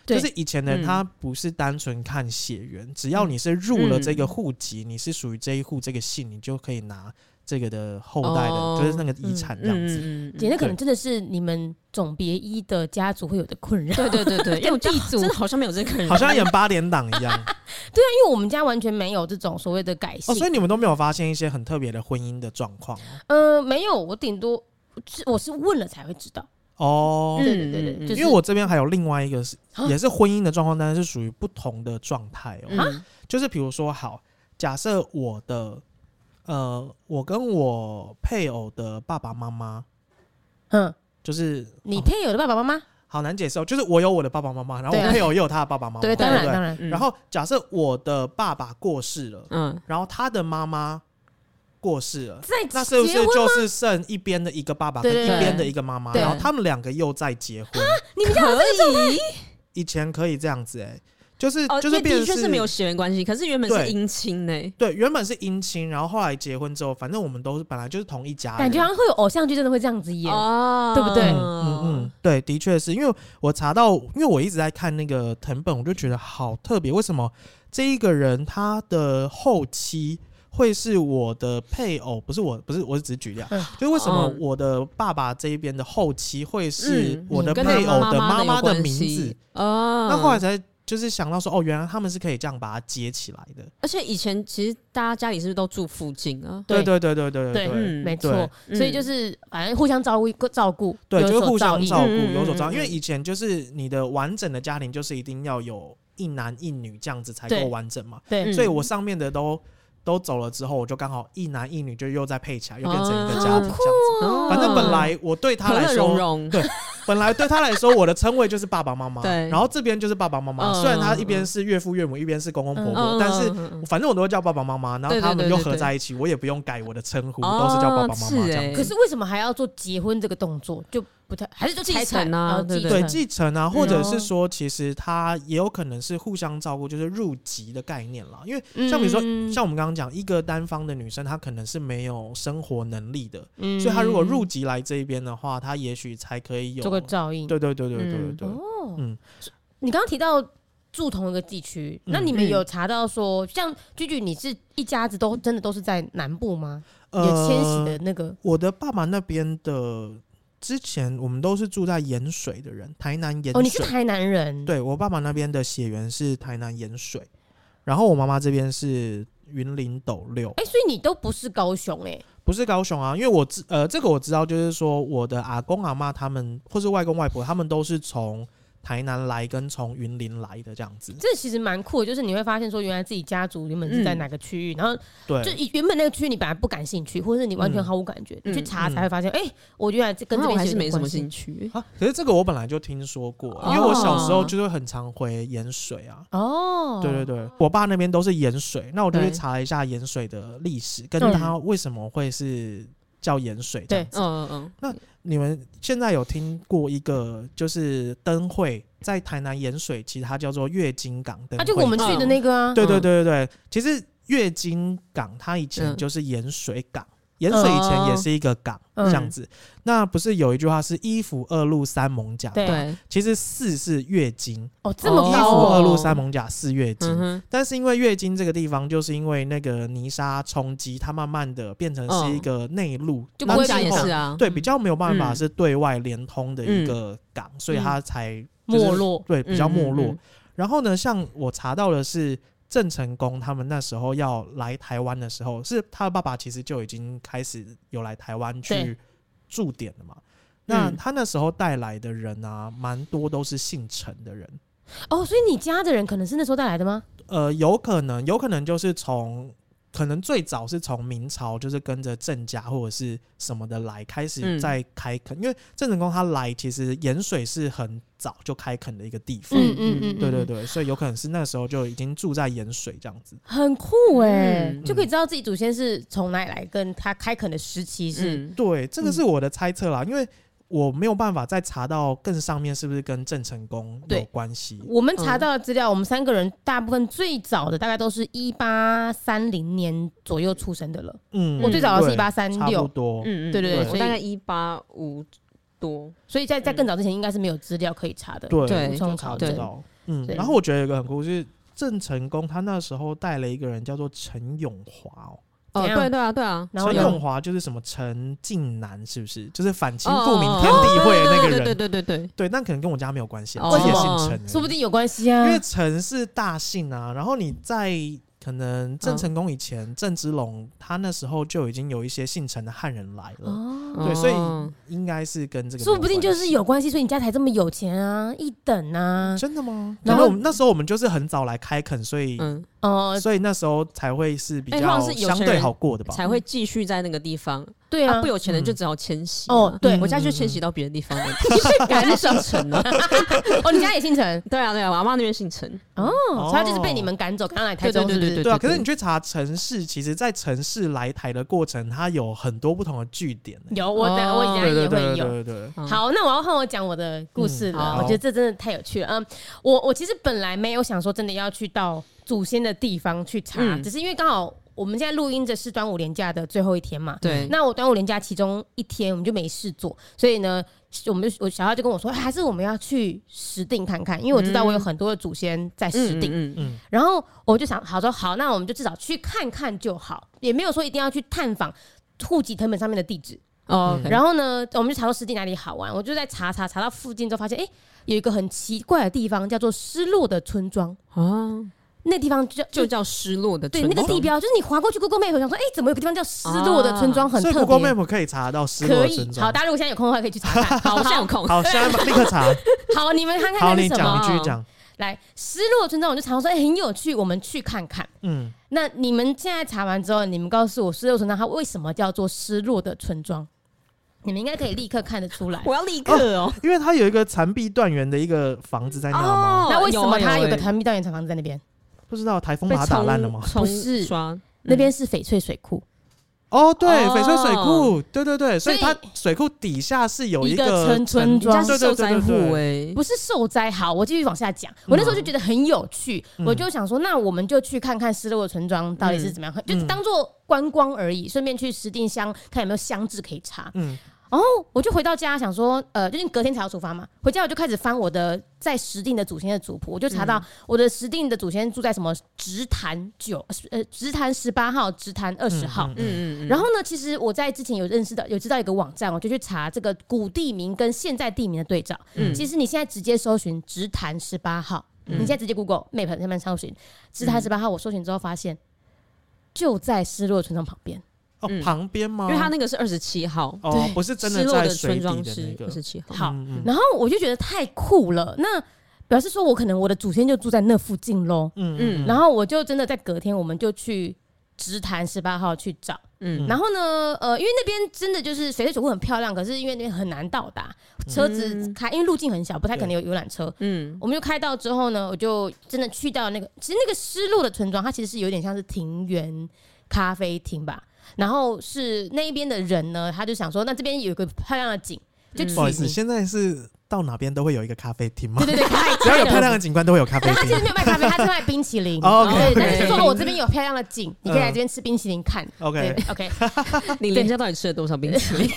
Speaker 1: 对
Speaker 3: 就是以前的
Speaker 2: 嗯
Speaker 3: 人他不是单纯看血缘，只要你是入了这
Speaker 2: 嗯
Speaker 3: 个户籍，你是属于这一户这个姓，你就可以拿这个的后代的，
Speaker 2: 哦
Speaker 3: 就是那个遗产这样子。
Speaker 2: 嗯嗯
Speaker 1: 姐，那可能
Speaker 3: 对
Speaker 1: 真的是你们总别一的家族会有的困扰。
Speaker 2: 对对对 对，因为我
Speaker 1: 跟地主
Speaker 2: 真的好像没有这个人，
Speaker 3: 好像演八点档一 样
Speaker 1: 对啊，因为我们家完全没有这种所谓的改
Speaker 3: 哦，
Speaker 1: 姓，
Speaker 3: 所以你们都没有发现一些很特别的婚姻的状况
Speaker 1: 呃，没有，我顶多是我是问了才会知道。
Speaker 3: 哦。
Speaker 2: 嗯
Speaker 1: 对对对对，
Speaker 2: 嗯
Speaker 1: 就是
Speaker 3: 因为我这边还有另外一个是，
Speaker 1: 啊
Speaker 3: 也是婚姻的状况，但是是属于不同的状态哦。
Speaker 2: 嗯
Speaker 3: 就是比如说，好，假设我的呃，我跟我配偶的爸爸妈妈，
Speaker 1: 嗯，
Speaker 3: 就是
Speaker 1: 你
Speaker 3: 哦
Speaker 1: 配偶的爸爸妈妈，
Speaker 3: 好难解释哦，就是我有我的爸爸妈妈，然后
Speaker 1: 对啊
Speaker 3: 我配偶也有他的爸爸妈 妈，
Speaker 1: 对，当
Speaker 3: 不
Speaker 1: 然当然，
Speaker 2: 嗯
Speaker 3: 然后假设我的爸爸过世了，
Speaker 2: 嗯，
Speaker 3: 然后他的妈妈过世了。
Speaker 1: 在
Speaker 3: 那是不
Speaker 1: 结
Speaker 3: 是
Speaker 1: 婚
Speaker 3: 就是剩一边的一个爸爸跟
Speaker 1: 对
Speaker 3: 一
Speaker 1: 对
Speaker 3: 边
Speaker 2: 对
Speaker 3: 的一个妈妈，
Speaker 1: 对
Speaker 3: 然后他们两个又在结婚？
Speaker 1: 你们家有这个状态？
Speaker 3: 以前可以这样子哎、就是
Speaker 2: 哦，因
Speaker 3: 就是
Speaker 2: 为
Speaker 3: 变
Speaker 2: 的
Speaker 3: 成
Speaker 2: 确是没有血缘关系，可是原本
Speaker 3: 对
Speaker 2: 是姻亲呢。
Speaker 3: 对，原本是姻亲，然后后来结婚之后，反正我们都是本来就是同一家人，
Speaker 1: 感觉好像会有偶像剧，真的会这样子演。
Speaker 2: 哦
Speaker 1: 对不对
Speaker 3: 嗯嗯嗯，对，的确是因为我查到，因为我一直在看那个藤本，我就觉得好特别。为什么这一个人他的后期会是我的配偶？不是我，不是，我只是举例啊。
Speaker 1: 嗯
Speaker 3: 就是为什么
Speaker 2: 嗯
Speaker 3: 我的爸爸这一边的后期会是
Speaker 2: 嗯
Speaker 3: 我的
Speaker 2: 跟他
Speaker 3: 配偶的
Speaker 2: 妈
Speaker 3: 妈妈的
Speaker 2: 有关
Speaker 3: 名
Speaker 2: 系
Speaker 3: 字？
Speaker 2: 哦。
Speaker 3: 那后来才就是想到说，哦，原来他们是可以这样把它接起来的。
Speaker 2: 而且以前其实大家家里是不是都住附近啊？
Speaker 1: 对
Speaker 3: 对对对对
Speaker 1: 对
Speaker 3: 对对
Speaker 2: 嗯
Speaker 1: 没错，
Speaker 2: 对
Speaker 1: 所以就是反正互相照顾照顾，
Speaker 3: 对，
Speaker 1: 有
Speaker 3: 就是
Speaker 1: 所
Speaker 3: 互相
Speaker 1: 应
Speaker 3: 照顾，
Speaker 2: 嗯嗯
Speaker 3: 有所照顾。
Speaker 2: 嗯
Speaker 3: 因为
Speaker 2: 嗯
Speaker 3: 以前就是你的完整的家庭，就是一定要有一男一女这样子才
Speaker 1: 对
Speaker 3: 够完整嘛。
Speaker 1: 对，
Speaker 2: 嗯
Speaker 3: 所以我上面的都都走了之后，我就刚好一男一女就又再配起来，又变成一个
Speaker 2: 哦
Speaker 3: 家庭这样
Speaker 1: 好
Speaker 3: 子
Speaker 1: 酷。
Speaker 2: 哦
Speaker 3: 反正本来我对他
Speaker 2: 和
Speaker 3: 来
Speaker 2: 乐融
Speaker 3: 说，
Speaker 2: 融，
Speaker 3: 对本来对他来说，我的称谓就是爸爸妈妈，
Speaker 2: 对
Speaker 3: 然后这边就是爸爸妈妈。
Speaker 2: 嗯
Speaker 3: 虽然他一边是岳父岳母，一边是公公婆婆，
Speaker 2: 嗯
Speaker 3: 但是。
Speaker 2: 嗯嗯嗯
Speaker 3: 反正我都会叫爸爸妈妈，然后
Speaker 2: 对对
Speaker 3: 他们又
Speaker 2: 对对
Speaker 3: 合
Speaker 2: 对
Speaker 3: 在一起，我也不用改我的称呼，都是叫爸爸妈妈
Speaker 2: 哦
Speaker 3: 这样
Speaker 2: 是欸
Speaker 1: 嗯可是为什么还要做结婚这个动作？就不太还是就
Speaker 2: 继
Speaker 1: 财产
Speaker 2: 承啊
Speaker 1: 然后继
Speaker 2: 对
Speaker 3: 对
Speaker 1: 承
Speaker 3: 继承啊，或者
Speaker 1: 哦
Speaker 3: 是说，其实它也有可能是互相照顾，就是入籍的概念啦。因为
Speaker 1: 嗯
Speaker 3: 像比如说，像我们刚刚讲，一个单方的女生，她可能是没有生活能力的，
Speaker 1: 嗯
Speaker 3: 所以她如果入籍来这一边的话，她也许才可以有。
Speaker 1: 做个照应，
Speaker 3: 对对对对对对
Speaker 2: 嗯
Speaker 3: 对，
Speaker 1: 哦，
Speaker 3: 嗯
Speaker 1: 你刚刚提到住同一个地区，那
Speaker 3: 嗯
Speaker 1: 你们有查到说，像居居，你是一家子都真的都是在南部吗？有迁徙的
Speaker 3: 呃，
Speaker 1: 那个
Speaker 3: 我的爸爸那边的，之前我们都是住在盐水的人，台南盐
Speaker 1: 哦，你是
Speaker 3: 水。
Speaker 1: 台南人，
Speaker 3: 对我爸爸那边的血缘是台南盐水，然后我妈妈这边是云林斗六。
Speaker 1: 哎，所以你都不是高雄哎，
Speaker 3: 不是高雄啊，因为我知呃，这个我知道，就是说我的阿公阿啊妈他们，或是外公外婆他们都是从台南来跟从云林来的这样子。
Speaker 1: 这其实蛮酷的，就是你会发现说，原来自己家族原本是在
Speaker 2: 嗯
Speaker 1: 哪个区域，然后就
Speaker 3: 对，
Speaker 1: 以原本那个区域你本来不感兴趣，或者是你完全
Speaker 3: 嗯
Speaker 1: 毫无感觉，你
Speaker 2: 嗯
Speaker 1: 去查
Speaker 3: 嗯
Speaker 1: 才会发现，哎，我原来这跟
Speaker 2: 那
Speaker 1: 这
Speaker 2: 我
Speaker 1: 边
Speaker 2: 还是没什么
Speaker 1: 兴
Speaker 2: 兴
Speaker 1: 趣。
Speaker 2: 趣。
Speaker 3: 啊，可是这个我本来就听说过，因为我小时候就是很常回盐水啊。
Speaker 1: 哦，
Speaker 3: 对对，对，我爸那边都是盐水，那我就去
Speaker 2: 对
Speaker 3: 查了一下盐水的历史，跟
Speaker 1: 嗯
Speaker 3: 他为什么会是叫盐水这样
Speaker 1: 对
Speaker 3: 子。
Speaker 2: 嗯嗯
Speaker 3: 你们现在有听过一个就是灯会，在台南盐水，其实它叫做月经港灯
Speaker 1: 啊，
Speaker 3: 会。
Speaker 1: 就我们去的那个啊，
Speaker 3: 对对
Speaker 2: 嗯
Speaker 3: 对对对，其实月经港它以前
Speaker 2: 嗯
Speaker 3: 就是盐水港，盐水以前也是一个港、这
Speaker 2: 哦
Speaker 3: 样子。那不是有一句话是“一府二路三艋甲”？
Speaker 1: 对
Speaker 2: 对，嗯
Speaker 3: 其实四是月经，
Speaker 1: 哦，这么
Speaker 3: 一
Speaker 1: 高
Speaker 3: 府
Speaker 1: 哦
Speaker 3: 二路三艋甲四月经。
Speaker 2: 嗯哼，
Speaker 3: 但是因为月经这个地方，就是因为那个泥沙冲击，它慢慢的变成是一个内陆，
Speaker 1: 就不
Speaker 3: 那
Speaker 1: 会
Speaker 2: 蒙
Speaker 3: 之
Speaker 2: 甲
Speaker 1: 变
Speaker 2: 也
Speaker 3: 后
Speaker 2: 是啊，
Speaker 3: 对，比较没有办法
Speaker 2: 嗯
Speaker 3: 是对外连通的一个港，所以它才、就是
Speaker 1: 没落，
Speaker 3: 对比较没落。
Speaker 2: 嗯嗯嗯
Speaker 3: 然后呢，像我查到的是郑成功他们那时候要来台湾的时候，是他爸爸其实就已经开始有来台湾
Speaker 1: 对
Speaker 3: 去驻点了嘛。那
Speaker 2: 嗯
Speaker 3: 他那时候带来的人啊，蛮多都是姓陈的人，
Speaker 1: 哦，所以你家的人可能是那时候带来的吗？
Speaker 3: 呃，有可能，有可能就是从，可能最早是从明朝，就是跟着郑家或者是什么的来开
Speaker 2: 嗯
Speaker 3: 始在开垦，因为郑成功他来，其实盐水是很早就开垦的一个地方，
Speaker 2: 嗯嗯
Speaker 3: 对对，对，所以有可能是那时候就已经住在盐水这样子。
Speaker 1: 很酷哎，
Speaker 2: 嗯
Speaker 1: 就可以知道自己祖先是从哪里来，跟他开垦的时期是
Speaker 2: 嗯
Speaker 3: 对，这个是我的猜测啦，因为我没有办法再查到更上面是不是跟郑成功有
Speaker 1: 对
Speaker 3: 关系。
Speaker 1: 我们查到的资料，我们三个人大部分最早的大概都是一八三零年左右出生的了。
Speaker 3: 嗯
Speaker 1: 我最早的是
Speaker 3: 对
Speaker 1: 一八三
Speaker 3: 差不
Speaker 1: 六，
Speaker 3: 多，
Speaker 2: 嗯嗯，
Speaker 1: 对对
Speaker 3: 对
Speaker 2: 我
Speaker 1: 所以
Speaker 2: 大概一八五多，
Speaker 1: 所以在在更早之前应该是没有资料可以查的。
Speaker 3: 对
Speaker 2: 对
Speaker 1: 补
Speaker 3: 就
Speaker 1: 充
Speaker 3: 查
Speaker 1: 考
Speaker 3: 不
Speaker 1: 证。
Speaker 3: 到。嗯，
Speaker 1: 对
Speaker 3: 然后我觉得有一个很酷是郑成功，他那时候带了一个人叫做陈永华哦，
Speaker 1: 怎
Speaker 2: 哦，
Speaker 1: 样
Speaker 2: 对对啊对啊，
Speaker 1: 然后
Speaker 3: 陈
Speaker 1: 呢
Speaker 3: 永华就是什么陈近南，是不是？就是反清
Speaker 2: 哦
Speaker 3: 复明
Speaker 2: 哦
Speaker 3: 天地会的那个人。
Speaker 2: 对对对对对，
Speaker 3: 对，那可能跟我家没有关系啊，
Speaker 2: 哦
Speaker 3: 自己也
Speaker 1: 为
Speaker 3: 姓
Speaker 1: 什
Speaker 2: 么
Speaker 3: 陈而已，
Speaker 1: 说不定有关系啊
Speaker 3: 因。为陈是大姓啊。然后你在可能
Speaker 1: 嗯
Speaker 3: 郑成功以前，郑芝龙他那时候就已经有一些姓陈的汉人来了，
Speaker 1: 哦，
Speaker 3: 对，所
Speaker 2: 哦
Speaker 3: 以应该是跟这个没
Speaker 1: 说不定
Speaker 3: 关
Speaker 1: 就
Speaker 3: 系
Speaker 1: 是有关系，所以你家才这么有钱啊，一等啊。
Speaker 3: 真的吗？
Speaker 1: 然
Speaker 3: 然
Speaker 1: 后
Speaker 3: 后我们那时候我们就是很早来开垦，所以
Speaker 2: 嗯，
Speaker 1: 哦，
Speaker 3: 所以那时候才会是比
Speaker 2: 哎通
Speaker 3: 较
Speaker 2: 常是有钱人
Speaker 3: 相对好过的吧？
Speaker 2: 才会继续在那个地方。
Speaker 1: 对
Speaker 2: 啊，
Speaker 1: 啊
Speaker 2: 不，有钱人就
Speaker 3: 嗯
Speaker 2: 只好迁徙啊。
Speaker 1: 哦对
Speaker 2: 我家就迁徙到别的地方了， 我家就姓陈了。
Speaker 1: 哦，你家也姓陈
Speaker 2: 对啊对啊，我阿妈那边姓陈。
Speaker 1: 哦，所以他就是被你们赶走，赶来台中，
Speaker 2: 对对对
Speaker 1: 是不是
Speaker 3: 对啊，
Speaker 2: 对对
Speaker 3: 可是你去查城市，其实，在城市来台的过程，它有很多不同的据点、欸。
Speaker 1: 有我在
Speaker 2: 哦
Speaker 1: 我以前
Speaker 3: 对
Speaker 1: 也
Speaker 3: 对
Speaker 1: 会
Speaker 3: 对
Speaker 1: 有。
Speaker 3: 对对对，
Speaker 2: 嗯，
Speaker 1: 好，那我要换我讲我的故事
Speaker 2: 嗯
Speaker 1: 了。我
Speaker 2: 好
Speaker 1: 觉得这真的太有趣了。嗯，我我其实本来没有想说真的要去到祖先的地方去查，
Speaker 2: 嗯
Speaker 1: 只是因为刚好我们现在录音的是端午连假的最后一天嘛。
Speaker 2: 对，
Speaker 1: 那我端午连假其中一天我们就没事做，所以呢，我们就我小孩就跟我说，哎还是我们要去石定看看，因为我知道我有很多的祖先在石定。
Speaker 2: 嗯嗯嗯
Speaker 3: 嗯，
Speaker 1: 然后我就想，好说好，那我们就至少去看看就好，也没有说一定要去探访户籍成本上面的地址。
Speaker 2: 哦，
Speaker 3: 嗯
Speaker 1: 然后呢，我们就查到湿地哪里好玩，我就在查查查到附近之后，发现哎、诶有一个很奇怪的地方叫做失落的村庄，
Speaker 2: 后啊，
Speaker 1: 那地方就叫
Speaker 2: 就叫失落的
Speaker 1: 对
Speaker 2: 村
Speaker 1: 那个
Speaker 2: 庄
Speaker 1: 地标，就是你划过去 Google Map 想说，哎、怎么有个地方叫失落的村庄，很
Speaker 3: 啊所以
Speaker 1: 特别。
Speaker 3: Google Map 可以查到失落
Speaker 1: 可
Speaker 3: 的
Speaker 1: 以
Speaker 3: 村，
Speaker 1: 好，
Speaker 3: 庄。
Speaker 1: 大家如果现在有空的话，可以去查看。
Speaker 2: 好，
Speaker 1: 好
Speaker 2: 我现在有
Speaker 1: 好
Speaker 2: 空。
Speaker 3: 好，现在马立刻 查。
Speaker 1: 好，你们看看
Speaker 3: 好，
Speaker 1: 那是
Speaker 3: 你
Speaker 1: 什么？
Speaker 3: 讲，
Speaker 2: 么
Speaker 3: 你继续讲。
Speaker 1: 来，失落的村庄，我就查到说，哎、很有趣，我们去看看。
Speaker 3: 嗯，
Speaker 1: 那你们现在查完之后，你们告诉我失落村庄它为什么叫做失落的村庄？你们应该可以立刻看得出来。
Speaker 2: 我要立刻哦。
Speaker 3: 因为它有一个残壁断垣的一个房子在那
Speaker 2: 哦
Speaker 3: 吗？
Speaker 1: 那为什
Speaker 3: 啊
Speaker 1: 么它有个
Speaker 2: 台
Speaker 1: 弹密道演厂房子在那边？
Speaker 3: 不知道台风
Speaker 2: 被
Speaker 3: 把它打烂了吗？
Speaker 2: 冲
Speaker 1: 不是
Speaker 2: 刷嗯
Speaker 1: 那边是翡翠水库，
Speaker 3: 哦，对，
Speaker 2: 哦
Speaker 3: 翡翠水库，对对对，所以
Speaker 1: 所以
Speaker 3: 它水库底下是有
Speaker 1: 一
Speaker 3: 个
Speaker 1: 个村村
Speaker 2: 人家
Speaker 1: 庄
Speaker 2: 是
Speaker 3: 对
Speaker 2: 受
Speaker 3: 对
Speaker 2: 灾
Speaker 3: 对对
Speaker 2: 户
Speaker 3: 对，
Speaker 2: 哎，
Speaker 1: 不是受灾。好，我继续往下讲。我那时候就觉得很有趣，
Speaker 3: 嗯
Speaker 1: 我就想说，那我们就去看看失落的村庄到底是怎么样，
Speaker 3: 嗯
Speaker 1: 就当做观光而已，顺便去石定乡看有没有乡志可以查。
Speaker 3: 嗯，
Speaker 1: 然后我就回到家想说，呃，就是隔天才要出发嘛。回家我就开始翻我的在石定的祖先的族谱，我就
Speaker 3: 嗯
Speaker 1: 查到我的石定的祖先住在什么直潭九，呃，直潭十八号、直潭二十号。
Speaker 3: 嗯嗯
Speaker 2: 嗯嗯嗯，
Speaker 1: 然后呢，其实我在之前有认识到，有知道一个网站，我就去查这个古地名跟现在地名的对照。
Speaker 2: 嗯
Speaker 1: 其实你现在直接搜寻直潭十八号，
Speaker 2: 嗯
Speaker 1: 你现在直接 Google Map 上面搜寻直潭十八号，我搜寻之后发现就在失落村庄旁边。
Speaker 3: 哦
Speaker 2: 嗯，
Speaker 3: 旁边吗？
Speaker 2: 因为他那个是二十七号，
Speaker 3: 哦
Speaker 1: 对，
Speaker 3: 不是真
Speaker 2: 失
Speaker 3: 的
Speaker 2: 落
Speaker 3: 在
Speaker 2: 的村
Speaker 3: 水底的
Speaker 2: 庄
Speaker 3: 那
Speaker 2: 是
Speaker 3: 个
Speaker 2: 二，十七号。
Speaker 1: 好，
Speaker 3: 嗯嗯
Speaker 1: 然后我就觉得太酷了，那表示说我可能我的祖先就住在那附近喽。
Speaker 3: 嗯
Speaker 2: 嗯
Speaker 1: 然后我就真的在隔天，我们就去直潭十八号去找。
Speaker 2: 嗯，
Speaker 1: 然后呢，呃，因为那边真的就是翡翠水库很漂亮，可是因为那边很难到达，车子
Speaker 2: 嗯
Speaker 1: 开，因为路径很小，不太可能有游览车。
Speaker 2: 嗯，
Speaker 1: 我们就开到之后呢，我就真的去到那个，其实那个失落的村庄，它其实是有点像是庭园咖啡厅吧。然后是那一边的人呢，他就想说，那这边有一个漂亮的景，就取
Speaker 2: 嗯
Speaker 3: 不好意思，
Speaker 1: 名。
Speaker 3: 现在是到哪边都会有一个咖啡厅吗
Speaker 1: 对？对对，太
Speaker 3: 只要有漂
Speaker 1: 的。
Speaker 3: 亮的景观都会有咖啡
Speaker 1: 但他其实
Speaker 3: 厅
Speaker 1: 没。有卖咖啡，他是卖冰淇淋。
Speaker 3: 哦
Speaker 1: 对，
Speaker 3: ，OK，OK
Speaker 1: 对，就说哦我这边有漂亮的景，你可以来
Speaker 3: 嗯
Speaker 1: 这边吃冰淇淋看。对
Speaker 3: OK，
Speaker 1: ，OK，
Speaker 2: 你
Speaker 1: 对
Speaker 2: 人家到底吃了多少冰淇淋？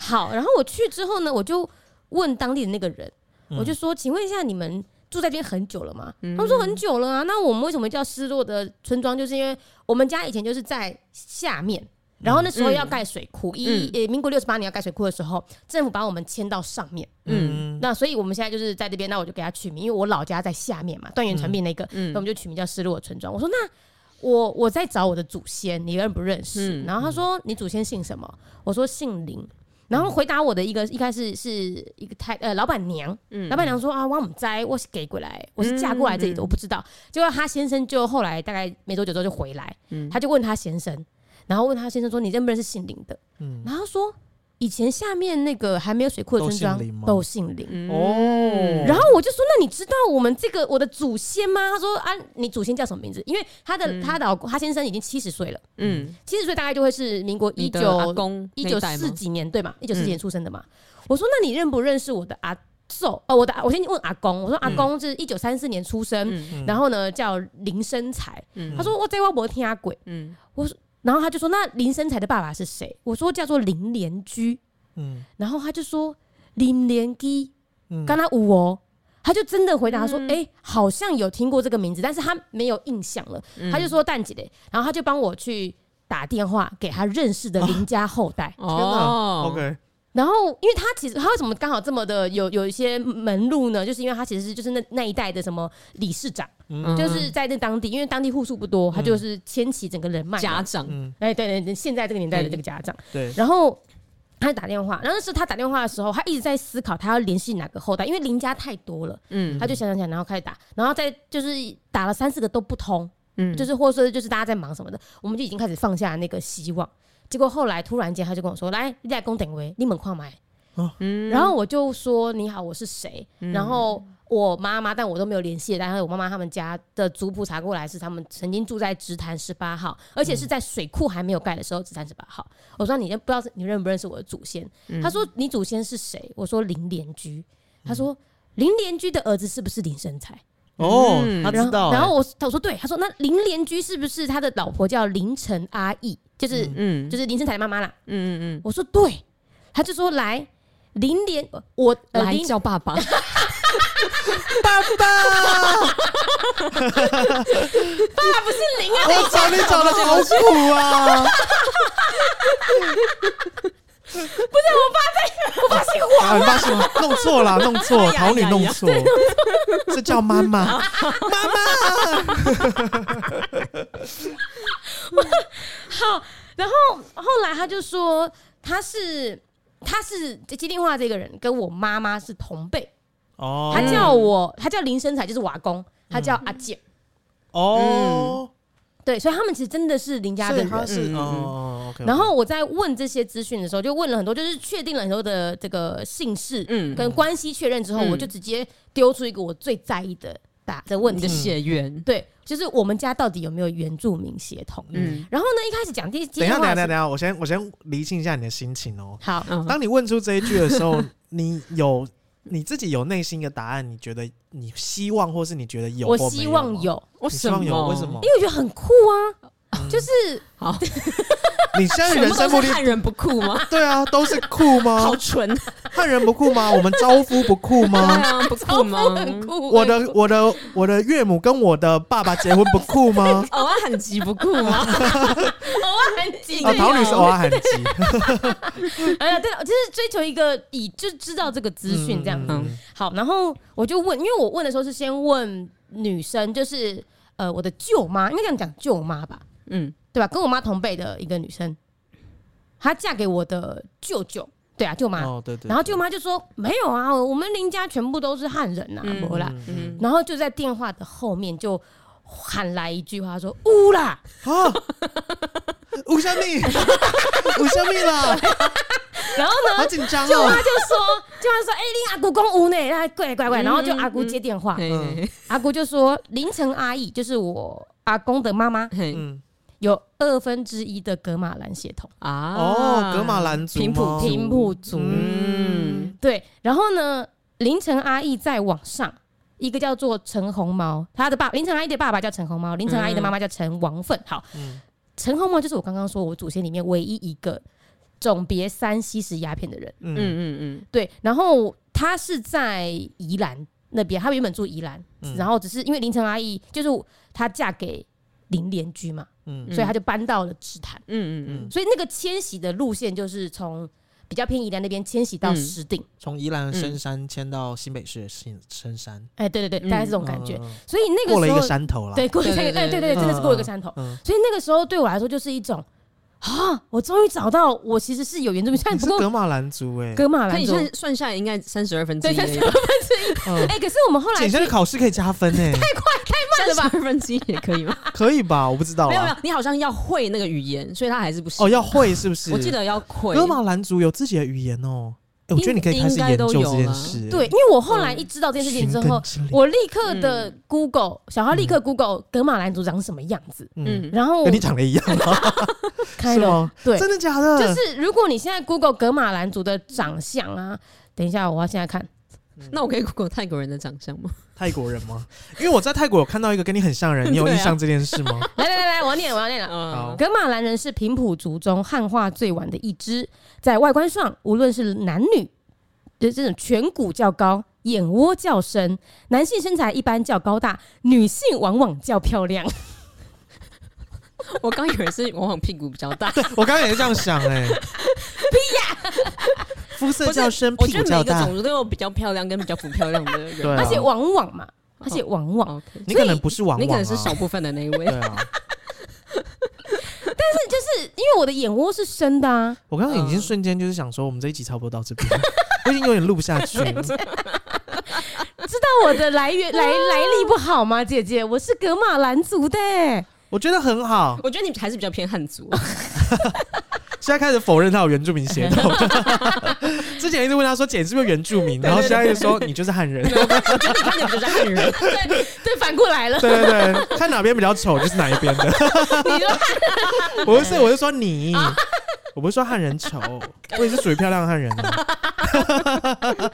Speaker 1: 好。然后我去之后呢，我就问当地的那个人，
Speaker 3: 嗯
Speaker 1: 我就说，请问一下你们。住在这边很久了吗？他们说很久了啊。那我们为什么叫失落的村庄？就是因为我们家以前就是在下面，然后那时候要盖水库，一呃民国六十八年要盖水库的时候，政府把我们迁到上面。
Speaker 3: 嗯，
Speaker 1: 那所以我们现在就是在这边，那我就给他取名，因为我老家在下面嘛，断垣残壁那个，那、
Speaker 2: 嗯
Speaker 1: 我们就取名叫失落的村庄。我说那我我在找我的祖先，你认不认识？
Speaker 2: 嗯
Speaker 1: 然后他说你祖先姓什么？我说姓林。然后回答我的一个一开始是一个太呃老板娘，
Speaker 2: 嗯
Speaker 1: 老板娘说啊，我们在，我是给过来，我是嫁过来这里的，
Speaker 2: 嗯嗯
Speaker 1: 我不知道。结果她先生就后来大概没多久之后就回来，
Speaker 2: 嗯
Speaker 1: 他就问他先生，然后问他先生说你认不认识姓林的？
Speaker 3: 嗯
Speaker 1: 然后他说以前下面那个还没有水库的
Speaker 3: 都
Speaker 1: 村
Speaker 3: 姓林
Speaker 1: 庄
Speaker 3: 吗
Speaker 1: 都姓林。
Speaker 2: 嗯
Speaker 3: 哦
Speaker 1: 然后我就说：“那你知道我们这个我的祖先吗？”他说：“啊，你祖先叫什么名字？”因为他的、他老公他先生已经七十岁了，
Speaker 2: 嗯，
Speaker 1: 七十岁大概就会是民国一
Speaker 2: 你的阿
Speaker 1: 九
Speaker 2: 公
Speaker 1: 一九四几年对嘛，一九四几
Speaker 2: 嗯
Speaker 1: 年出生的嘛。我说：“那你认不认识我的阿寿？哦，我的我先问阿公，我说阿公是一九三四年出生，
Speaker 2: 嗯
Speaker 1: 然后呢叫林生财。
Speaker 2: 嗯
Speaker 1: 他说：“我这我没听鬼。
Speaker 2: 嗯，”
Speaker 1: 然后他就说：“那林生财的爸爸是谁？”我说：“叫做林连居。
Speaker 3: 嗯”
Speaker 1: 然后他就说：“林连居。”
Speaker 3: 嗯
Speaker 1: 刚他五哦，他就真的回答说：“
Speaker 2: 嗯
Speaker 1: 哎、好像有听过这个名字，但是他没有印象了。
Speaker 2: 嗯
Speaker 1: 他就说：“蛋姐嘞。”然后他就帮我去打电话给他认识的林家后代。
Speaker 2: 哦
Speaker 3: ，OK，
Speaker 1: 然后，因为他其实他为什么刚好这么的有有一些门路呢？就是因为他其实是就是那那一代的什么理事长，
Speaker 2: 嗯
Speaker 1: 就是在那当地，因为当地户数不多，他就是牵起整个人脉嘛。
Speaker 2: 家长，
Speaker 3: 嗯，
Speaker 1: 哎，对对对，现在这个年代的这个家长。
Speaker 3: 对，
Speaker 1: 然后他就打电话，然后那时候他打电话的时候，他一直在思考他要联系哪个后代，因为林家太多了，
Speaker 2: 嗯
Speaker 1: 他就想想想，然后开始打，然后再就是打了三四个都不通，
Speaker 2: 嗯
Speaker 1: 就是或者说就是大家在忙什么的，我们就已经开始放下那个希望。结果后来突然间他就跟我说：“来，你来公等位，你门框买。”
Speaker 2: 嗯
Speaker 1: 然后我就说：“你好，我是谁？”然后我妈妈，但我都没有联系。然后我妈妈他们家的族谱查过来是他们曾经住在直潭十八号，而
Speaker 2: 嗯
Speaker 1: 且是在水库还没有盖的时候，直潭十八号。我说：“你认不知道你认不认识我的祖先？”
Speaker 2: 嗯
Speaker 1: 他说：“你祖先是谁？”我说：“林连居。”他说：“林连居的儿子是不是林生财？”
Speaker 3: 哦，他
Speaker 1: 然
Speaker 3: 知
Speaker 1: 后
Speaker 3: 道欸，
Speaker 1: 然后我我说对，他说那林连居是不是他的老婆叫林晨阿义，就是、
Speaker 2: 嗯
Speaker 1: 就是林晨才的妈妈啦？
Speaker 2: 嗯嗯
Speaker 1: 我说对，他就说来林连我
Speaker 2: 嗯，
Speaker 1: 呃
Speaker 2: 来
Speaker 1: 林
Speaker 2: 叫爸爸，
Speaker 3: 爸爸，
Speaker 1: 爸不是林啊，
Speaker 3: 我找你找的好苦啊，
Speaker 1: 我爸姓黄，哎
Speaker 3: 啊，你发现吗？弄错了，弄错，桃女弄错，是叫 妈妈，
Speaker 1: 好，然后后来他就说他是他是接电话这个人跟我妈妈是同辈，
Speaker 3: 哦嗯
Speaker 1: 他叫我他叫林生才就是瓦工，他叫阿健。
Speaker 3: 哦，
Speaker 1: 对，所以他们其实真的是林家的
Speaker 3: 所以
Speaker 1: 人
Speaker 3: 他，是
Speaker 2: 嗯嗯嗯
Speaker 3: 哦，OK，
Speaker 1: 然后我在问这些资讯的时候，就问了很多，就是确定了很多的这个姓氏
Speaker 2: 嗯
Speaker 1: 跟关系确认之后，
Speaker 2: 嗯嗯
Speaker 1: 我就直接丢出一个我最在意的答的问
Speaker 2: 你
Speaker 1: 题
Speaker 2: 的，血缘，
Speaker 1: 对，就是我们家到底有没有原住民血统？
Speaker 2: 嗯
Speaker 1: 然后呢，一开始讲第第
Speaker 3: 等一
Speaker 1: 个
Speaker 3: 下，等一
Speaker 1: 话
Speaker 3: 下，等一下
Speaker 1: 是
Speaker 3: 等一下，我先我先厘清一下你的心情哦。
Speaker 1: 好，
Speaker 2: 嗯，
Speaker 3: 当你问出这一句的时候，你有你自己有内心的答案，你觉得你希望或是你觉得有，
Speaker 1: 我希望有，，
Speaker 2: 我
Speaker 3: 你希望有，为什么？
Speaker 1: 因为我觉得很酷啊，
Speaker 2: 嗯
Speaker 1: 就是
Speaker 2: 好，
Speaker 3: 你现在人生目
Speaker 2: 不
Speaker 3: 的
Speaker 2: 是汉人不酷吗？
Speaker 3: 对啊，都是酷吗
Speaker 2: 好？纯，
Speaker 3: 汉人不 酷吗？我们招夫不酷
Speaker 2: 对
Speaker 3: 吗？
Speaker 2: 啊，不
Speaker 1: 超
Speaker 2: 酷
Speaker 1: 酷
Speaker 2: 吗？
Speaker 1: 很酷，
Speaker 3: 我的我的我的岳母跟我的爸爸结婚不酷吗？
Speaker 2: 偶尔很急不酷吗？
Speaker 1: 偶很紧
Speaker 3: 啊，嗯桃女是偶尔喊急，
Speaker 1: 哎呀，对了，就是追求一个以就知道这个资讯这样子。
Speaker 2: 嗯
Speaker 1: 好，然后我就问，因为我问的时候是先问女生，就是呃我的舅妈，应该这样讲舅妈吧，
Speaker 2: 嗯
Speaker 1: 对吧？跟我妈同辈的一个女生，她嫁给我的舅舅，对啊舅妈。
Speaker 3: 哦，对对。
Speaker 1: 然后舅妈就说没有啊，我们林家全部都是汉人呐、
Speaker 2: 嗯
Speaker 1: 啊，不啦。
Speaker 2: 嗯，
Speaker 1: 然后就在电话的后面就喊来一句话说乌啦，
Speaker 3: 啊， 吴香蜜， 吴香蜜 啦，
Speaker 1: 然后呢
Speaker 3: 好紧张
Speaker 1: 舅妈
Speaker 3: 哦。
Speaker 1: 就说舅妈说哎、你阿姑公乌呢，哎乖乖乖，然后就阿姑接电话，
Speaker 2: 嘿
Speaker 3: 嗯
Speaker 1: 阿姑就说：“凌晨阿姨就是我阿公的妈妈，
Speaker 2: 嘿，
Speaker 3: 嗯，
Speaker 1: 有二分之一的格马兰血统，
Speaker 2: 啊，
Speaker 3: 哦，格马兰族
Speaker 2: 平埔
Speaker 3: 吗
Speaker 1: 平埔族。
Speaker 2: 哦嗯，
Speaker 1: 对，然后呢，凌晨阿义再往上，一个叫做陈红毛，他的爸凌晨阿义的爸爸叫陈红毛，凌晨阿义的妈妈叫陈王凤。好，
Speaker 3: 嗯
Speaker 1: 陈红毛就是我刚刚说我祖先里面唯一一个种别三吸食鸦片的人。
Speaker 2: 嗯
Speaker 3: 嗯
Speaker 2: 嗯嗯，
Speaker 1: 对，然后他是在宜兰那边，他原本住宜兰，
Speaker 3: 嗯
Speaker 1: 然后只是因为凌晨阿义就是她嫁给林莲居嘛，
Speaker 3: 嗯
Speaker 1: 所以她就搬到了芝坛，
Speaker 2: 嗯嗯嗯，
Speaker 1: 所以那个迁徙的路线就是从比较偏宜兰那边迁徙到
Speaker 2: 嗯
Speaker 1: 石碇。
Speaker 3: 从宜兰的深山迁到新北市的新深山，
Speaker 1: 哎，对对对，
Speaker 2: 嗯
Speaker 1: 大概是这种感觉。
Speaker 3: 嗯，嗯嗯
Speaker 1: 所以那
Speaker 3: 过
Speaker 1: 个
Speaker 3: 了一
Speaker 1: 时
Speaker 3: 个
Speaker 1: 候，
Speaker 3: 山头了。
Speaker 1: 对，过了
Speaker 2: 对
Speaker 1: 一个，哎，
Speaker 2: 对对
Speaker 1: 对对，真的是过一个
Speaker 3: 嗯
Speaker 1: 山头。
Speaker 3: 嗯，
Speaker 1: 所以那个时候对我来说就是一种啊，我终于找到我其实是有原住民，但
Speaker 3: 你
Speaker 1: 不
Speaker 3: 是
Speaker 1: 够
Speaker 3: 格马兰族哎，
Speaker 1: 格马
Speaker 2: 可
Speaker 1: 兰
Speaker 2: 以
Speaker 1: 族。
Speaker 2: 算算下来应该三十二分之
Speaker 1: 对，
Speaker 2: 一而
Speaker 1: 但
Speaker 2: 已
Speaker 1: 是
Speaker 2: 吧，
Speaker 3: 嗯
Speaker 1: 哎，可是我们后来
Speaker 3: 你这
Speaker 1: 去
Speaker 3: 个考试可以加分哎，
Speaker 2: 三十二分之一也可以吗？
Speaker 3: 可以吧？我不知道
Speaker 2: 没有没
Speaker 3: 啊。
Speaker 2: 有，你好像要会那个语言，所以他还是不行。
Speaker 3: 哦，要会是不是？
Speaker 2: 我记得要会
Speaker 3: 格马兰族有自己的语言哦。哎我觉得你可以开始
Speaker 2: 应该
Speaker 3: 研究
Speaker 2: 都有
Speaker 3: 这件
Speaker 2: 啦
Speaker 3: 事。
Speaker 1: 对，因，为我后来
Speaker 2: 嗯
Speaker 1: 一知道这件事情
Speaker 3: 寻
Speaker 1: 之
Speaker 3: 根
Speaker 1: 后，
Speaker 3: 之旅
Speaker 1: 我立刻的
Speaker 2: 嗯
Speaker 1: Google，、小花立刻 Google 格马兰族长什么样子，
Speaker 3: 嗯，
Speaker 2: 嗯，
Speaker 1: 然后
Speaker 3: 跟嗯你长得一样 啊，
Speaker 1: 开
Speaker 3: 是
Speaker 1: 了，
Speaker 3: 吗？
Speaker 1: 对，
Speaker 3: 真的假的？
Speaker 1: 就是如果你现在 Google 格马兰族的长相啊，等一下我要现在看，
Speaker 2: 那我可以 Google 泰国人的长相吗？
Speaker 3: 泰国人吗？因为我在泰国有看到一个跟你很像的人，你有
Speaker 2: 对啊
Speaker 3: 印象这件事吗？
Speaker 1: 来来来来，我要念我要 念了。
Speaker 3: 好
Speaker 2: 嗯，
Speaker 1: 格马兰人是平埔族中汉化最晚的一支，在外观上，无论是男女，就是这种颧骨较高，眼窝较深，男性身材一般较高大，女性往往较漂亮。
Speaker 2: 我刚以为是往往屁股比较大，
Speaker 3: 我刚刚也是这样想哎、欸，肤色较深，
Speaker 2: 我
Speaker 3: 屁
Speaker 2: 觉
Speaker 3: 股
Speaker 2: 得每
Speaker 3: 较
Speaker 2: 一个
Speaker 3: 大
Speaker 2: 种，族都有比较漂亮跟比较不漂亮的人。
Speaker 3: 对啊
Speaker 1: 而且往往嘛，而且往往，
Speaker 2: OK，
Speaker 3: 你可能不是王
Speaker 2: 你可
Speaker 3: 王、啊，
Speaker 2: 能是少部分的那一位
Speaker 3: 对。啊。
Speaker 1: 因为我的眼窝是深的啊，
Speaker 3: 我刚刚已经瞬间就是想说，我们这一集差不多到这 边，我已经有点录不下去了。
Speaker 1: 那我的来源来来历不好吗？姐姐，我是格马兰族的、
Speaker 3: 我觉得很好，
Speaker 2: 我觉得你还是比较偏汉 族，
Speaker 3: 现在开始否认他有原住民血统。之前一直问他说：“姐，你是不是原住民？”然后现在又说：“你就是汉人。
Speaker 2: 对我觉得你看起来比较汉人。
Speaker 1: 对对，反过来了”，
Speaker 3: 对对对，看哪边比较丑就是哪一边的。
Speaker 1: 你说
Speaker 3: 我不是，我是说你，我不是说汉人丑，我也是属于漂亮的汉人 啊。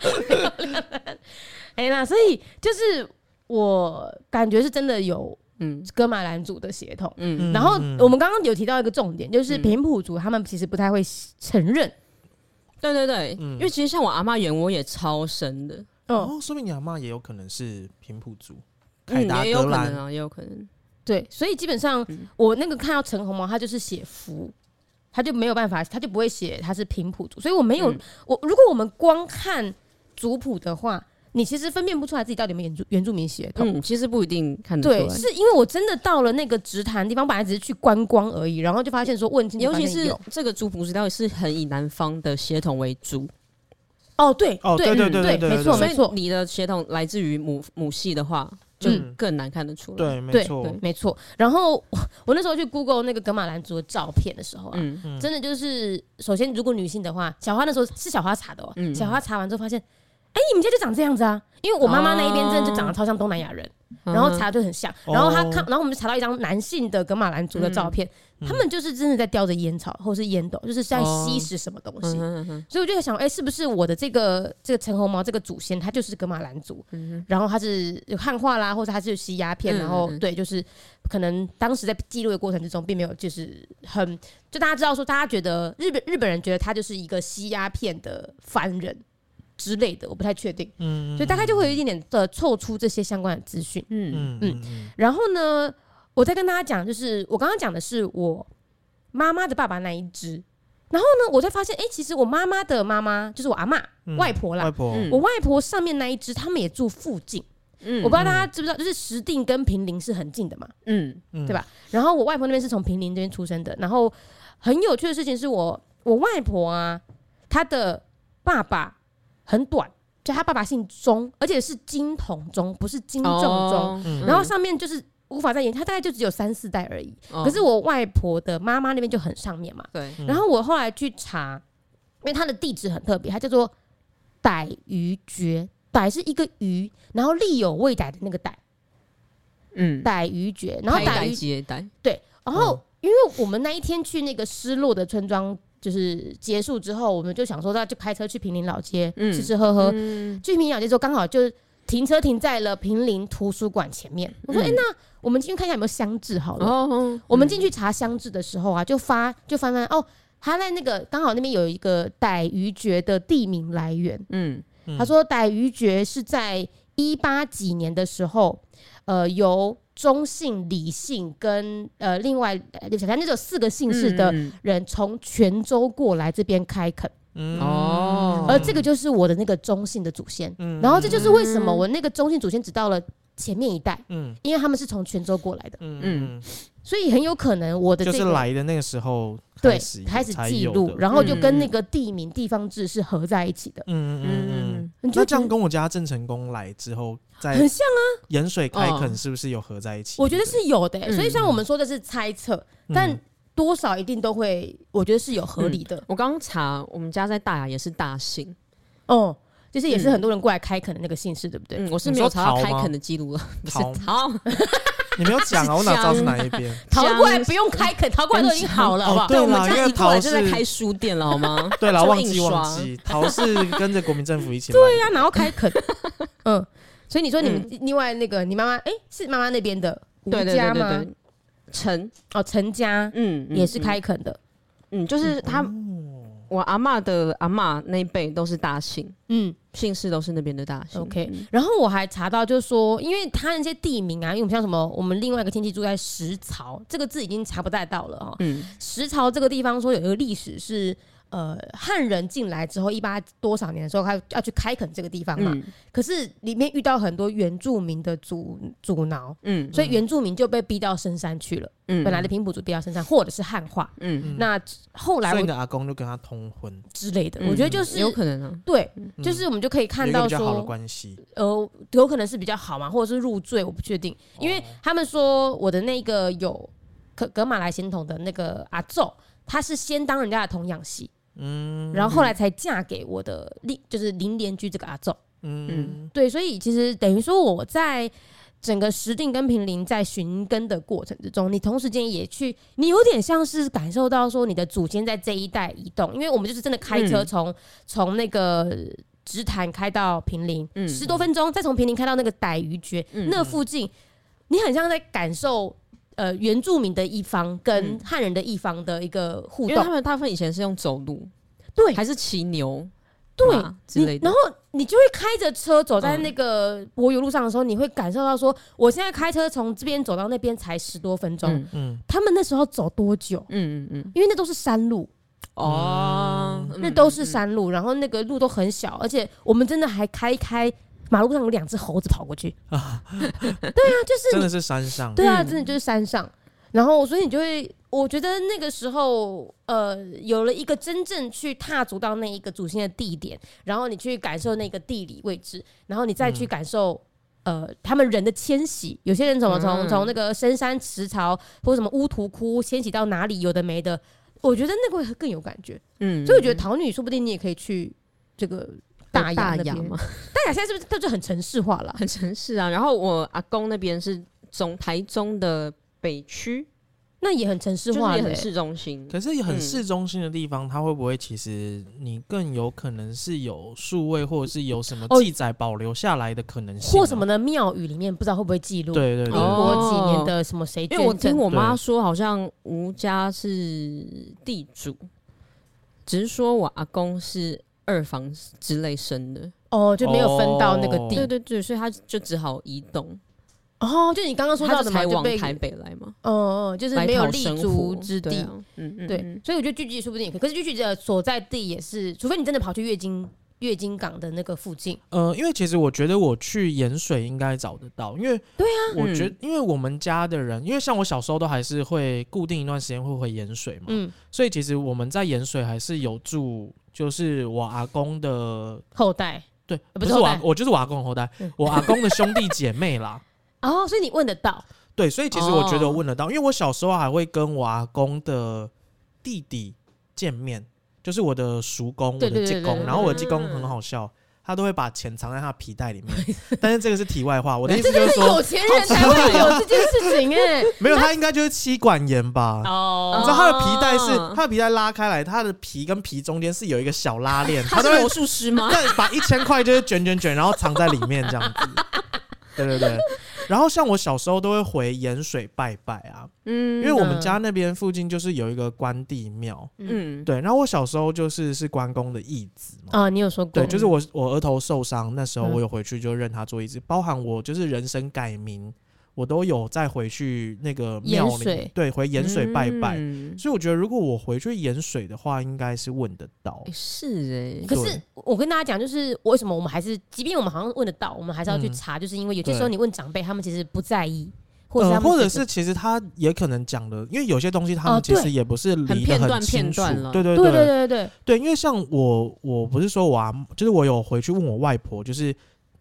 Speaker 1: 哎那所以就是我感觉是真的有
Speaker 2: 嗯
Speaker 1: 格马兰族的血统。
Speaker 2: 嗯
Speaker 3: 嗯
Speaker 1: 然后
Speaker 3: 嗯
Speaker 1: 我们刚刚有提到一个重点，就是
Speaker 2: 嗯
Speaker 1: 平埔族他们其实不太会承认，
Speaker 2: 对对对，
Speaker 3: 嗯
Speaker 2: 因为其实像我阿妈眼窝也超深的，
Speaker 1: 嗯，
Speaker 3: 哦，说明你阿妈也有可能是平埔族，凯
Speaker 2: 嗯，
Speaker 3: 达
Speaker 2: 也有
Speaker 3: 格
Speaker 2: 可能
Speaker 3: 兰。
Speaker 2: 啊，也有可能。
Speaker 1: 对，所以基本上
Speaker 2: 嗯
Speaker 1: 我那个看到陈红毛，他就是写福，他就没有办法，他就不会写他是平埔族，所以我没有
Speaker 2: 嗯
Speaker 1: 我如果我们光看族谱的话，你其实分辨不出来自己到底有没有原住原住民血统。
Speaker 2: 嗯，其实不一定看得出
Speaker 1: 对，
Speaker 2: 来，
Speaker 1: 是因为我真的到了那个直坛地方，本来只是去观光而已，然后就发现说问题，
Speaker 2: 嗯尤其是
Speaker 1: 有
Speaker 2: 这个族谱资料是很以南方的血统为主，
Speaker 1: 哦，对，
Speaker 3: 哦
Speaker 1: 对
Speaker 3: 对
Speaker 1: 嗯
Speaker 3: 对对对
Speaker 1: 没错
Speaker 2: 所
Speaker 1: 没
Speaker 2: 以
Speaker 1: 错
Speaker 2: 你的血统来自于母母系的话，就
Speaker 3: 嗯
Speaker 2: 更难看得出来。，
Speaker 3: 对，没
Speaker 1: 对
Speaker 3: 错
Speaker 2: 对。
Speaker 1: 没错。然后我 我那时候去 Google 那个格马兰族的照片的时候啊，
Speaker 2: 嗯，
Speaker 3: 嗯
Speaker 1: 真的就是首先如果女性的话，小花那时候是小花查的哦，
Speaker 2: 嗯
Speaker 1: 小花查完之后发现，哎，你们家就长这样子啊，因为我妈妈那一边真的就
Speaker 2: 哦
Speaker 1: 长得超像东南亚人。
Speaker 2: 嗯
Speaker 1: 然后查就很像，
Speaker 3: 哦
Speaker 1: 然后他看，然后我们就查到一张男性的格马兰族的照片，
Speaker 3: 嗯
Speaker 1: 他们就是真的在叼着烟草或是烟斗，就是在
Speaker 2: 哦
Speaker 1: 吸食什么东西。
Speaker 2: 嗯哼嗯哼
Speaker 1: 所以我就在想，哎、是不是我的这个这个陈红毛这个祖先，他就是格马兰族，
Speaker 2: 嗯
Speaker 1: 然后他是有汉化啦，或者他是吸鸦片，
Speaker 2: 嗯
Speaker 1: 然后
Speaker 2: 嗯嗯
Speaker 1: 对，就是可能当时在记录的过程之中，并没有就是很就大家知道说，大家觉得日本日本人觉得他就是一个吸鸦片的凡人之类的，我不太确定，
Speaker 3: 嗯
Speaker 1: 所以大概就会有一点点的呃凑出这些相关的资讯。
Speaker 2: 嗯
Speaker 3: 嗯嗯嗯
Speaker 1: 然后呢，我再跟大家讲，就是我刚刚讲的是我妈妈的爸爸那一只。然后呢，我才发现，哎、其实我妈妈的妈妈就是我阿嬷、
Speaker 3: 嗯
Speaker 1: 外婆啦
Speaker 3: 外。婆，
Speaker 2: 嗯
Speaker 1: 我外婆上面那一只，他们也住附近。
Speaker 2: 嗯
Speaker 1: 我不知道大家知不知道，就是石碇跟平林是很近的嘛。
Speaker 2: 嗯
Speaker 3: 嗯
Speaker 1: 对吧然后我外婆那边是从平林这边出生的。然后很有趣的事情是我我外婆啊，她的爸爸很短，就她爸爸姓钟，而且是金统钟，不是金正钟。
Speaker 2: 哦
Speaker 3: 嗯
Speaker 1: 然后上面就是无法再延，它大概就只有三四代而已。
Speaker 2: 哦
Speaker 1: 可是我外婆的妈妈那边就很上面嘛。
Speaker 2: 对，
Speaker 3: 嗯
Speaker 1: 然后我后来去查，因为它的地址很特别，它叫做傣鱼蕨，傣是一个鱼，然后力有未逮的那个傣，
Speaker 2: 嗯，
Speaker 1: 傣鱼蕨，然后
Speaker 2: 代
Speaker 1: 傣鱼
Speaker 2: 接代，
Speaker 1: 对，然
Speaker 2: 嗯
Speaker 1: 后，因为我们那一天去那个失落的村庄，就是结束之后，我们就想说，那就开车去平林老街、
Speaker 2: 嗯
Speaker 1: 吃吃喝喝。
Speaker 2: 嗯，
Speaker 1: 去平林老街之后，刚好就停车停在了平林图书馆前面。我说：“哎、
Speaker 2: 嗯
Speaker 1: 那我们进去看一下有没有香制好了。
Speaker 2: 哦，
Speaker 1: 我们进去查香制的时候啊，就发就翻翻哦，他在那个刚好那边有一个傣鱼蕨的地名来源。
Speaker 2: 嗯，
Speaker 3: 嗯
Speaker 1: 他说傣鱼蕨是在一八几年的时候，呃，由中姓、李姓跟呃另外呃反正就有四个姓氏的
Speaker 2: 嗯，
Speaker 1: 人从泉州过来这边开垦，
Speaker 3: 嗯
Speaker 2: 哦
Speaker 1: 而这个就是我的那个中姓的祖先。
Speaker 3: 嗯
Speaker 1: 然后这就是为什么
Speaker 2: 嗯
Speaker 1: 我那个中姓祖先只到了前面一代，
Speaker 3: 嗯
Speaker 1: 因为他们是从泉州过来的，
Speaker 3: 嗯
Speaker 2: 嗯
Speaker 3: 嗯，
Speaker 1: 所以很有可能我的
Speaker 3: 就
Speaker 1: 这
Speaker 3: 是
Speaker 1: 个。
Speaker 3: 来的那个时候
Speaker 1: 对，
Speaker 3: 有
Speaker 1: 开始
Speaker 3: 才
Speaker 1: 记
Speaker 3: 有
Speaker 1: 录
Speaker 3: 的，
Speaker 1: 然后就跟
Speaker 2: 嗯
Speaker 1: 那个地名、地方志是合在一起的。
Speaker 3: 嗯嗯嗯嗯。
Speaker 2: 嗯，
Speaker 1: 你
Speaker 3: 那
Speaker 1: 就
Speaker 3: 这样
Speaker 1: 觉
Speaker 3: 跟我家郑成功来之后，
Speaker 1: 得
Speaker 3: 在
Speaker 1: 很像啊，
Speaker 3: 盐水开
Speaker 2: 嗯
Speaker 3: 垦是不是有合在一起？
Speaker 1: 我觉得是有的欸、
Speaker 2: 嗯
Speaker 1: 所以虽然我们说的是猜测，
Speaker 3: 嗯，
Speaker 1: 但多少一定都会，我觉得是有合理的。
Speaker 2: 我刚刚查，我们家在大雅也是大姓，
Speaker 1: 哦、就是也是
Speaker 2: 嗯
Speaker 1: 很多人过来开垦的那个姓氏，对不对？
Speaker 2: 嗯，我是
Speaker 3: 你
Speaker 2: 没有
Speaker 3: 说
Speaker 2: 查到
Speaker 3: 桃
Speaker 2: 开
Speaker 3: 吗
Speaker 2: 垦的记录了，不是
Speaker 3: 桃
Speaker 2: 桃，
Speaker 3: 你没有讲 啊，我哪知道是哪一边？
Speaker 1: 逃
Speaker 2: 江
Speaker 1: 过来不用开垦，逃过来都已经好了，好不好？
Speaker 3: 哦对
Speaker 2: 我们
Speaker 3: 啦因
Speaker 2: 家
Speaker 3: 为
Speaker 2: 一过来就
Speaker 3: 桃
Speaker 2: 在
Speaker 3: 是
Speaker 2: 开书店了，好吗？
Speaker 3: 对了，
Speaker 2: 就
Speaker 3: 忘
Speaker 2: 印
Speaker 3: 记
Speaker 2: 刷
Speaker 3: 忘记，陶是跟着国民政府一起来。对
Speaker 1: 对啊，然后开垦，嗯， 所以你说你们另外那个你妈妈，哎、是妈妈那边的吴
Speaker 2: 嗯对对
Speaker 1: 家
Speaker 2: 对
Speaker 1: 吗？
Speaker 2: 对对，陈，
Speaker 1: 哦，陈家、
Speaker 2: 嗯，嗯
Speaker 1: 也是，开垦的，
Speaker 2: 嗯，嗯就是他，
Speaker 3: 哦
Speaker 2: 我阿嬷的阿嬷那一辈都是大姓，
Speaker 1: 嗯
Speaker 2: 姓氏都是那嗯边的大姓。
Speaker 1: OK，然后我还查到，就是说，因为他那些地名啊，因为我们像什么，我们另外一个亲戚住在石槽，这个字已经查不太到了哦。
Speaker 2: 嗯
Speaker 1: 石槽这个地方说有一个历史是，呃，汉人进来之后，一八多少年的时候，他要去开垦这个地方嘛。
Speaker 2: 嗯
Speaker 1: 可是里面遇到很多原住民的阻阻挠，
Speaker 2: 嗯
Speaker 1: 所以原住民就被逼到深山去了。
Speaker 2: 嗯
Speaker 1: 本来的平埔族逼到深山，或者是汉化。
Speaker 2: 嗯
Speaker 3: 嗯
Speaker 1: 那后来
Speaker 3: 所
Speaker 1: 我
Speaker 3: 以你的阿公就跟他通婚，
Speaker 1: 之类的，
Speaker 2: 嗯
Speaker 1: 我觉得就是
Speaker 2: 有可能啊，
Speaker 1: 对，
Speaker 3: 嗯
Speaker 1: 就是我们就可以看
Speaker 3: 有
Speaker 1: 到
Speaker 3: 一个比较好的
Speaker 1: 说，
Speaker 3: 关系。
Speaker 1: 呃，有可能是比较好嘛，或者是入赘，我不确定，因为他们说我的那个有格格马来血统的那个阿昼，他是先当人家的童养媳，
Speaker 3: 嗯
Speaker 1: 然后后来才嫁给我的邻，就是邻邻居这个阿昼。
Speaker 3: 嗯
Speaker 1: 对，所以其实等于说我在整个石定跟平林在寻根的过程之中，你同时间也去，你有点像是感受到说你的祖先在这一带移动，因为我们就是真的开车
Speaker 2: 嗯
Speaker 1: 从从、那个。直潭开到平林，
Speaker 2: 嗯
Speaker 1: 十多分钟，再从平林开到那个傣鱼蕨，
Speaker 2: 嗯
Speaker 1: 那附近，你很像在感受呃原住民的一方跟
Speaker 2: 嗯
Speaker 1: 汉人的一方的一个互
Speaker 2: 因
Speaker 1: 动
Speaker 2: 为他，们大部分以前是用走路，
Speaker 1: 对
Speaker 2: 还是骑牛，
Speaker 1: 对
Speaker 2: 马之类
Speaker 1: 你，
Speaker 2: 的
Speaker 1: 然后你就会开着车走在那
Speaker 2: 嗯
Speaker 1: 个柏油路上的时候，你会感受到说，我现在开车从这边走到那边才十多分钟，
Speaker 2: 嗯
Speaker 3: 嗯
Speaker 1: 他们那时候走多久？
Speaker 2: 嗯嗯嗯，
Speaker 1: 因为那都是山路，
Speaker 2: 哦，
Speaker 1: 那都是
Speaker 2: 嗯
Speaker 1: 山路，然后那个路都很小，而且我们真的还开一开马路上有两只猴子跑过去，对啊，就是
Speaker 3: 真
Speaker 1: 你
Speaker 3: 的是山上，
Speaker 1: 对啊，
Speaker 2: 嗯
Speaker 1: 真的就是山上。然后，所以你就会，我觉得那个时候，呃，有了一个真正去踏足到那一个祖先的地点，然后你去感受那个地理位置，然后你再
Speaker 2: 嗯
Speaker 1: 去感受，呃，他们人的迁徙。有些人怎么从
Speaker 2: 嗯
Speaker 1: 从那个深山池潮或什么乌图窟迁徙到哪里，有的没的，我觉得那个会更有感觉。
Speaker 2: 嗯
Speaker 1: 所以我觉得桃女说不定你也可以去这个大雅
Speaker 2: 大
Speaker 1: 那
Speaker 2: 雅
Speaker 1: 边。
Speaker 2: 嘛，
Speaker 1: 大雅现在是不是它就很城市化了？
Speaker 2: 很城市啊。然后我阿公那边是中台中的北区，
Speaker 1: 那也很城市
Speaker 2: 就是
Speaker 1: 化、
Speaker 2: 也
Speaker 1: 了
Speaker 2: 很
Speaker 1: 欸
Speaker 2: 市中心。
Speaker 3: 可是
Speaker 2: 嗯
Speaker 3: 很市中心的地方，它会不会其实你更有可能是有数位，或者是有什么
Speaker 1: 哦
Speaker 3: 记载保留下来的可能性啊？
Speaker 1: 或什么的庙宇里面，不知道会不会记录
Speaker 3: 对？对
Speaker 1: 民
Speaker 3: 对
Speaker 2: 哦
Speaker 3: 对，
Speaker 1: 国几年的什么谁
Speaker 2: 因为我
Speaker 1: 捐
Speaker 2: 听
Speaker 1: 赠？
Speaker 2: 我妈
Speaker 3: 对
Speaker 2: 说，好像吴家是地主，只是说我阿公是二房之类生的。
Speaker 1: 哦，就没有分到那个
Speaker 3: 哦
Speaker 2: 对
Speaker 1: 地
Speaker 2: 对对，所以他就只好移动，
Speaker 1: 哦，就你刚刚说
Speaker 2: 他
Speaker 1: 到
Speaker 2: 就
Speaker 1: 的嘛，
Speaker 2: 才
Speaker 1: 就
Speaker 2: 往
Speaker 1: 被
Speaker 2: 台北来嘛，
Speaker 1: 哦，就是
Speaker 2: 来
Speaker 1: 没有
Speaker 2: 讨
Speaker 1: 立
Speaker 2: 生
Speaker 1: 足
Speaker 2: 活
Speaker 1: 之
Speaker 2: 对
Speaker 1: 地
Speaker 2: 啊。嗯嗯，
Speaker 1: 对
Speaker 2: 嗯，
Speaker 1: 所以我觉得聚集地说不定也可以，可是聚集的所在地也是，除非你真的跑去月经月经港的那个附近，
Speaker 3: 呃，因为其实我觉得我去盐水应该找得到，因为
Speaker 1: 对
Speaker 3: 啊，我觉得
Speaker 2: 嗯
Speaker 3: 因为我们家的人，因为像我小时候都还是会固定一段时间会回盐水嘛，
Speaker 1: 嗯，
Speaker 3: 所以其实我们在盐水还是有住，就是我阿公的，
Speaker 1: 后代
Speaker 3: 对，
Speaker 1: 呃不
Speaker 3: 不
Speaker 1: 是
Speaker 3: 是我
Speaker 1: 后代
Speaker 3: 阿我就是我阿公的后代
Speaker 1: 嗯，
Speaker 3: 我阿公的兄弟姐妹啦。
Speaker 1: 哦，所以你问得到
Speaker 3: 对，所以其实我
Speaker 1: 哦
Speaker 3: 觉得我问得到，因为我小时候还会跟我阿公的弟弟见面，就是我的叔公、我
Speaker 1: 对对
Speaker 3: 的
Speaker 1: 对
Speaker 3: 继
Speaker 1: 对对
Speaker 3: 公，
Speaker 1: 对
Speaker 3: 然后我的继公很
Speaker 2: 嗯
Speaker 3: 好笑，他都会把钱藏在他的皮带 里面。但是这个是题外话，我的意思
Speaker 1: 这
Speaker 3: 就
Speaker 1: 就是是
Speaker 3: 说，
Speaker 1: 有钱人才会有这件事情哎、
Speaker 3: 没有他应该就是妻管严吧。
Speaker 1: 哦
Speaker 3: 你知道他的皮带是
Speaker 2: 哦
Speaker 3: 他的皮带拉开来，他的皮跟皮中间是有一个小拉链，
Speaker 2: 他
Speaker 3: 他
Speaker 2: 是
Speaker 3: 都会
Speaker 2: 魔术师吗？
Speaker 3: 再把一千块就是卷卷卷，然后藏在里面这样子。 对对对，然后像我小时候都会回盐水拜拜啊，
Speaker 2: 嗯
Speaker 3: 因为我们家那边附近就是有一个关帝庙，
Speaker 2: 嗯，
Speaker 3: 对，然后我小时候就是是关公的义子
Speaker 2: 哦
Speaker 3: 嘛，
Speaker 1: 啊，你有说过，
Speaker 3: 对，
Speaker 2: 嗯
Speaker 3: 就是我我额头受伤那时候，
Speaker 1: 嗯
Speaker 3: 我有回去就认他做义子，包含我就是人生改名，我都有再回去那个庙
Speaker 1: 盐
Speaker 3: 里
Speaker 1: 水，
Speaker 3: 对，回盐水拜拜。
Speaker 2: 嗯
Speaker 3: 所以我觉得如果我回去盐水的话，应该是问得到
Speaker 2: 诶。是哎，
Speaker 1: 可是
Speaker 3: 对
Speaker 1: 我跟大家讲，就是为什么我们还是，即便我们好像问得到，我们还是要去
Speaker 3: 嗯
Speaker 1: 查，就是因为有些
Speaker 3: 对
Speaker 1: 时候你问长辈，他们其实不在意，或者
Speaker 3: 呃
Speaker 1: 他们
Speaker 3: 或者
Speaker 1: 只
Speaker 3: 是其实他也可能讲的，因为有些东西他
Speaker 1: 哦
Speaker 3: 们其实
Speaker 1: 对
Speaker 3: 也不是
Speaker 2: 很
Speaker 3: 离
Speaker 2: 片
Speaker 3: 得
Speaker 2: 段片
Speaker 3: 清楚
Speaker 2: 段了，
Speaker 3: 对对
Speaker 1: 对对对对对，
Speaker 3: 对，因为像我，我不是说我啊，就是我有回去问我外婆，就是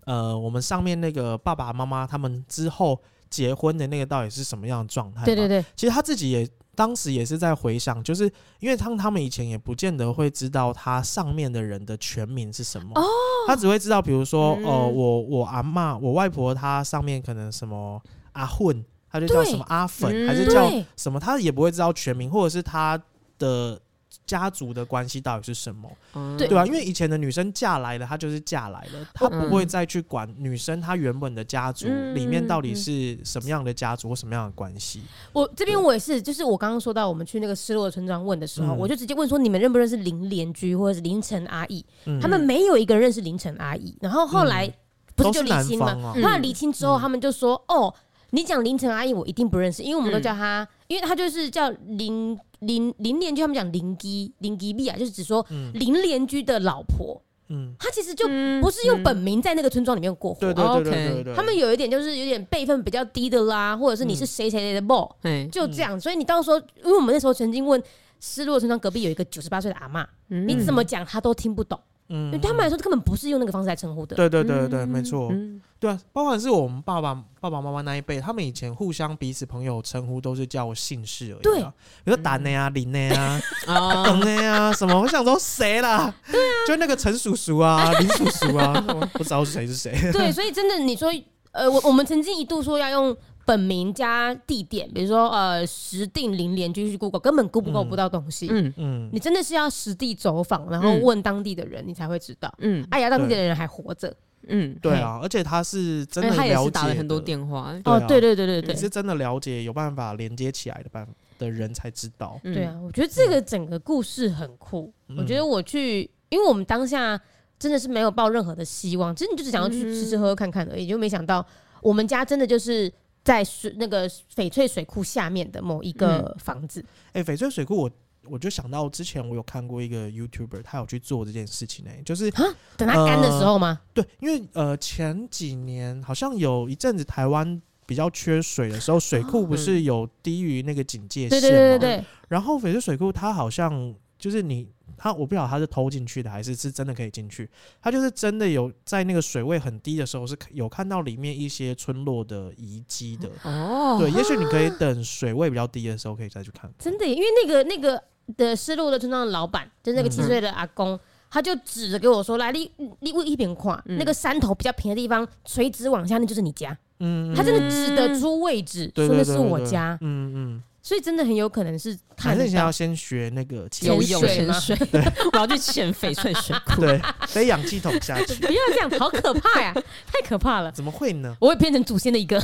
Speaker 3: 呃，我们上面那个爸爸妈妈他们之后结婚的那个到底是什么样的状态？
Speaker 1: 对对，对，
Speaker 3: 其实他自己也当时也是在回想，就是因为他他们以前也不见得会知道他上面的人的全名是什么，哦、他只会知道，比如说
Speaker 2: 嗯
Speaker 3: 呃，我我阿嬷，我外婆她上面可能什么阿混，她就叫
Speaker 1: 对
Speaker 3: 什么阿粉，
Speaker 2: 嗯
Speaker 3: 还是叫
Speaker 1: 对，
Speaker 3: 什么，他也不会知道全名，或者是他的家族的关系到底是什么，
Speaker 2: 嗯
Speaker 1: 对
Speaker 3: 对啊吧、因为以前的女生嫁来了，她就是嫁来了，她不会再去管女生她原本的家族
Speaker 2: 嗯
Speaker 3: 里面到底是什么样的家族或什么样的关系。
Speaker 1: 我这边我也是，就是我刚刚说到我们去那个失落的村庄问的时候，
Speaker 3: 嗯
Speaker 1: 我就直接问说你们认不认识林邻居或者是凌晨阿姨？
Speaker 3: 嗯，
Speaker 1: 他们没有一个人认识凌晨阿姨，然后后来
Speaker 3: 嗯
Speaker 1: 不是
Speaker 3: 都
Speaker 1: 就是离
Speaker 3: 南
Speaker 1: 亲吗？
Speaker 3: 方啊
Speaker 2: 嗯，
Speaker 1: 后来离清之后，
Speaker 3: 嗯
Speaker 1: 他们就说：“哦，你讲凌晨阿姨，我一定不认识，因为我们都
Speaker 2: 嗯
Speaker 1: 叫她，因为她就是叫林林林邻居，他们讲邻居邻居碧啊，就是只说
Speaker 3: 嗯
Speaker 1: 林邻居的老婆，
Speaker 3: 嗯，
Speaker 1: 她其实就
Speaker 2: 嗯
Speaker 1: 不是用本
Speaker 2: 嗯
Speaker 1: 名在那个村庄里面过活。
Speaker 3: 对对对
Speaker 2: OK
Speaker 3: 对对对对，
Speaker 1: 他们有一点就是有点辈分比较低的啦，或者是你是谁谁谁的 boy，
Speaker 3: 嗯
Speaker 2: 哎，
Speaker 1: 就这样。所以你到时候，因为我们那时候曾经问失落村庄隔壁有一个九十八岁的阿嬷，你
Speaker 2: 你
Speaker 1: 怎么讲她都听不懂，因
Speaker 3: 嗯
Speaker 1: 为对他们来说根本不是用那个方式来称呼的。
Speaker 3: 对对对对对，没错，对啊，包含是我们爸爸、爸爸妈妈那一辈，他们以前互相彼此朋友称呼都是叫姓氏而已、啊，比如说丹的啊、林的啊、
Speaker 2: 啊？
Speaker 3: 梗的呀，什么？我想说谁啦？对啊，就那个陈叔叔啊，林叔叔啊，我不知道是谁是谁。
Speaker 1: 对，所以真的，你说，呃，我我们曾经一度说要用本名加地点，比如说呃，石定林联居去 Google，根本 Google
Speaker 3: 嗯
Speaker 1: 不到东西。
Speaker 2: 嗯
Speaker 3: 嗯
Speaker 1: 你真的是要实地走访，然后
Speaker 2: 嗯
Speaker 1: 问当地的人，你才会知道。
Speaker 2: 嗯
Speaker 1: 哎呀，当地的人还活着
Speaker 2: 嗯，
Speaker 3: 对啊，而且哎他是真
Speaker 2: 因为
Speaker 3: 的
Speaker 2: 哎他也
Speaker 3: 了
Speaker 2: 是
Speaker 3: 解
Speaker 2: 打了嗯
Speaker 3: 的
Speaker 2: 很多，电话，
Speaker 3: 对啊
Speaker 1: 哦，对对对对
Speaker 3: 你是
Speaker 1: 对，
Speaker 3: 真的了解，有办法连接起来的办法的人才知道。
Speaker 2: 嗯
Speaker 1: 对啊，，我觉得这个整个故事很酷。
Speaker 3: 嗯
Speaker 1: 我觉得我去，因为我们当下真的是没有抱任何的希望，真的就是想要去吃吃喝喝看看而已，就没想到我们家真的就是在水那个翡翠水库下面的某一个房子。
Speaker 3: 哎，翡翠水库，我我就想到之前我有看过一个 YouTuber，他有去做这件事情呢、就是
Speaker 1: 等它干的时候吗？
Speaker 3: 对，因为呃前几年好像有一阵子台湾。比较缺水的时候，水库不是有低于那个警戒线
Speaker 1: 嗯对
Speaker 3: 吗？
Speaker 1: 对对对对，
Speaker 3: 然后翡翠水库它好像就是你它，我不晓得它是偷进去的还是是真的可以进去。它就是真的有在那个水位很低的时候是有看到里面一些村落的遗迹的。
Speaker 2: 哦，
Speaker 3: 对，也许你可以等水位比较低的时候可以再去看。
Speaker 1: 啊真的耶，因为那个那个的失落的村庄的老板，就是那个
Speaker 3: 嗯
Speaker 1: 七岁的阿公。他就指着给我说：“来，你你往一边看，
Speaker 2: 嗯
Speaker 1: 那个山头比较平的地方，垂直往下，那就是你家。
Speaker 3: 嗯，
Speaker 1: 他真
Speaker 3: 嗯
Speaker 1: 的指得出位置，
Speaker 3: 对
Speaker 1: 说
Speaker 3: 对
Speaker 1: 那
Speaker 3: 对
Speaker 1: 是
Speaker 3: 对
Speaker 1: 我
Speaker 3: 对
Speaker 1: 家，
Speaker 3: 嗯嗯，
Speaker 1: 所以真的很有可能是
Speaker 3: 还
Speaker 1: 看
Speaker 3: 是
Speaker 1: 得
Speaker 3: 你想
Speaker 1: 到
Speaker 3: 要。先学那个气
Speaker 1: 游
Speaker 2: 游
Speaker 3: 动
Speaker 1: 泳
Speaker 2: 泳
Speaker 1: 潜
Speaker 2: 潜水，我要去潜翡翠水库。
Speaker 3: 对，得氧气筒下 去，
Speaker 1: 不要这样，好可怕呀，太可怕了！
Speaker 3: 怎么会呢？
Speaker 1: 我会变成祖先的一个，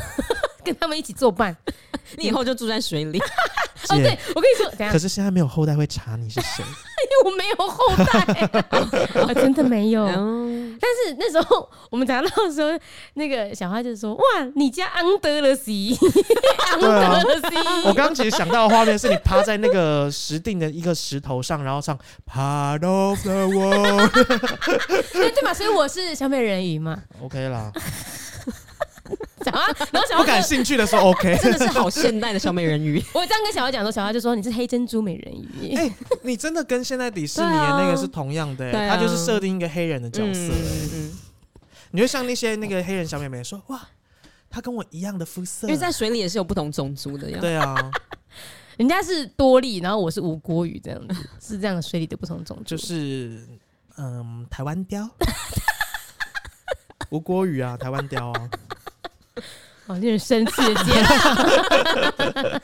Speaker 1: 跟他们一起作伴。
Speaker 2: 你以后就住在水里，
Speaker 1: 哦，
Speaker 3: 姐
Speaker 1: 对，我跟你说，
Speaker 2: 哎
Speaker 1: 等一下
Speaker 3: 可，是现在没有后代会查你是谁，
Speaker 1: 因为我没有后代，啊真的没有。
Speaker 2: 嗯
Speaker 1: 但是那时候我们谈到的时候，那个小花就说：“哇，你家安德了西， 安德
Speaker 3: 对啊
Speaker 1: 了西。
Speaker 3: 我刚刚其实想到的画面是你趴在那个石定的一个石头上，然后唱 Part of the World 。
Speaker 1: 对”对嘛，所以我是小美人鱼嘛。
Speaker 3: OK 啦，
Speaker 1: 小花，然后小
Speaker 3: 不
Speaker 1: 花
Speaker 3: 感
Speaker 1: 就
Speaker 3: 兴趣的说 OK。
Speaker 2: 真的是好现代的小美人鱼。
Speaker 1: 我这样跟小花讲说，小花就说：“你是黑珍珠美人鱼。
Speaker 3: 哎、 你真的跟现在迪士尼的那个是同样的、欸，
Speaker 2: 对啊
Speaker 3: 他就是设定一个黑人的角色、欸
Speaker 2: 嗯，
Speaker 3: 你就像那些那个黑人小妹妹说，哇，她跟我一样的肤 色，
Speaker 2: 因为在水里也是有不同种族的呀。
Speaker 3: 对啊，
Speaker 1: 人家是多利，然后我是吴郭鱼，这样子是这样水里的不同种族。
Speaker 3: 就是嗯，台湾雕， 吴郭宇啊，台湾雕啊，
Speaker 1: 好哦令人生气的接 纳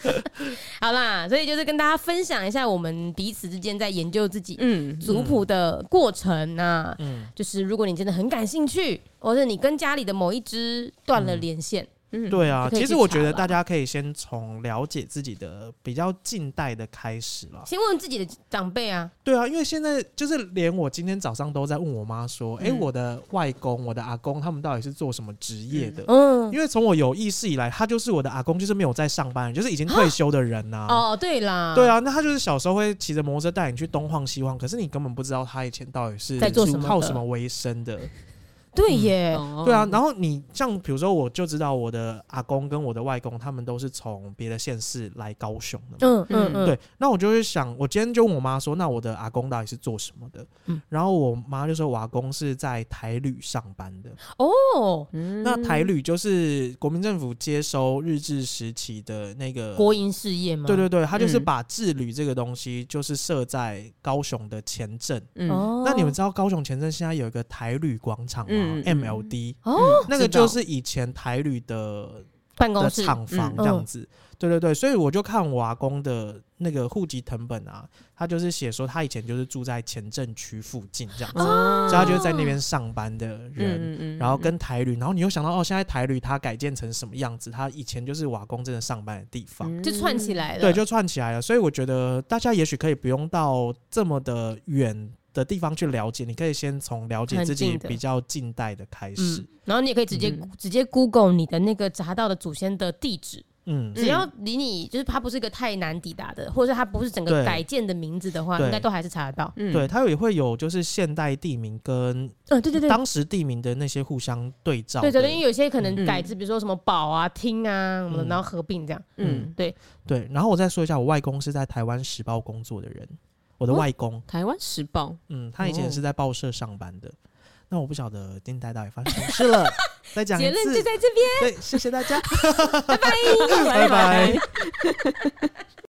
Speaker 1: 好啦，所以就是跟大家分享一下我们彼此之间在研究自己
Speaker 2: 嗯，
Speaker 1: 族谱的过程呐、
Speaker 3: 嗯，
Speaker 1: 就是如果你真的很感兴趣，或者你跟家里的某一只断了连线，
Speaker 2: 嗯
Speaker 3: 对啊。
Speaker 1: 可以
Speaker 3: 其
Speaker 1: 去
Speaker 3: 实我觉
Speaker 1: 查
Speaker 3: 得
Speaker 1: 啦
Speaker 3: 大家可以先从了解自己的比较近代的开始啦。
Speaker 1: 先问自己的长辈啊，
Speaker 3: 对啊，因为现在就是连我今天早上都在问我妈说，哎、
Speaker 2: 嗯
Speaker 3: 我的外公、我的阿公他们到底是做什么职业的？
Speaker 1: 嗯，
Speaker 3: 因为从我有意识以来，他就是我的阿公，就是没有在上班，就是已经退休的人呐、
Speaker 1: 哦，对啦，
Speaker 3: 对，啊，那他就是小时候会骑着摩托车带你去东晃西晃，可是你根本不知道他以前到底是
Speaker 1: 在做什么的
Speaker 3: 靠什么为生的。
Speaker 1: 对耶，
Speaker 2: 哦
Speaker 3: 对啊，然后你像比如说，我就知道我的阿公跟我的外公他们都是从别的县市来高雄的
Speaker 1: 嗯
Speaker 3: 嘛。
Speaker 1: 嗯嗯，
Speaker 3: 对，那我就会想，我今天就问我妈说，那我的阿公到底是做什么的？
Speaker 1: 嗯
Speaker 3: 然后我妈就说，我阿公是在台旅上班的。
Speaker 1: 哦，
Speaker 2: 嗯
Speaker 3: 那台旅就是国民政府接收日治时期的那个
Speaker 1: 国营事业嘛，
Speaker 3: 对对对，他就是
Speaker 2: 嗯
Speaker 3: 把治旅这个东西，就是设在高雄的前镇。
Speaker 2: 嗯
Speaker 1: 哦，
Speaker 3: 那你们知道高雄前镇现在有一个台旅广场吗
Speaker 2: 嗯嗯嗯
Speaker 3: ？MLD，
Speaker 1: 哦，
Speaker 3: 那个就
Speaker 2: 道
Speaker 3: 是以前台旅的
Speaker 1: 办公
Speaker 3: 的
Speaker 1: 室
Speaker 3: 厂房
Speaker 2: 嗯
Speaker 3: 这样子。对对对，所以我就看我阿公的那个户籍成本啊，他就是写说他以前就是住在前镇区附近这样子，
Speaker 2: 啊
Speaker 3: 所以他就是在那边上班的人。
Speaker 2: 嗯
Speaker 3: 然后跟台旅，然后你又想到哦，现在台旅它改建成什么样子？它以前就是瓦工真的上班的地方，
Speaker 2: 嗯
Speaker 1: 就串起，来了，
Speaker 3: 对，就串起来了。所以我觉得大家也许可以不用到这么的远的地方去了解，你可以先从了解
Speaker 1: 很
Speaker 3: 自己
Speaker 1: 近的
Speaker 3: 比较近代的开始
Speaker 1: 嗯。，然后你也可以直接、
Speaker 2: 嗯
Speaker 1: 直接 Google 你的那个查到的祖先的地址，
Speaker 3: 嗯，
Speaker 1: 只要离你就是它不是一个太难抵达的，或者是它不是整个
Speaker 3: 对
Speaker 1: 改建的名字的话，
Speaker 3: 对
Speaker 1: 应该都还是查得到。
Speaker 2: 嗯
Speaker 3: 对，，它也会有就是现代地名跟
Speaker 1: 嗯，对对对。
Speaker 3: 当时地名的那些互相对照的。
Speaker 1: 对对对，因为有些可能
Speaker 2: 嗯
Speaker 1: 改制，比如说什么堡啊、厅啊什么的，
Speaker 3: 嗯
Speaker 1: 然后合并这样。
Speaker 2: 嗯，
Speaker 3: 对然后我再说一下，我外公是在台湾时报工作的人，我的
Speaker 2: 哦
Speaker 3: 外公，
Speaker 2: 台湾时报，
Speaker 3: 嗯，他以前
Speaker 2: 哦
Speaker 3: 是在报社上班的。那我不晓得近代到底发生什么事 了，再讲一
Speaker 1: 结论就
Speaker 3: 次。
Speaker 1: 在这边，
Speaker 3: 对，谢谢大家，
Speaker 1: 拜
Speaker 3: 拜拜。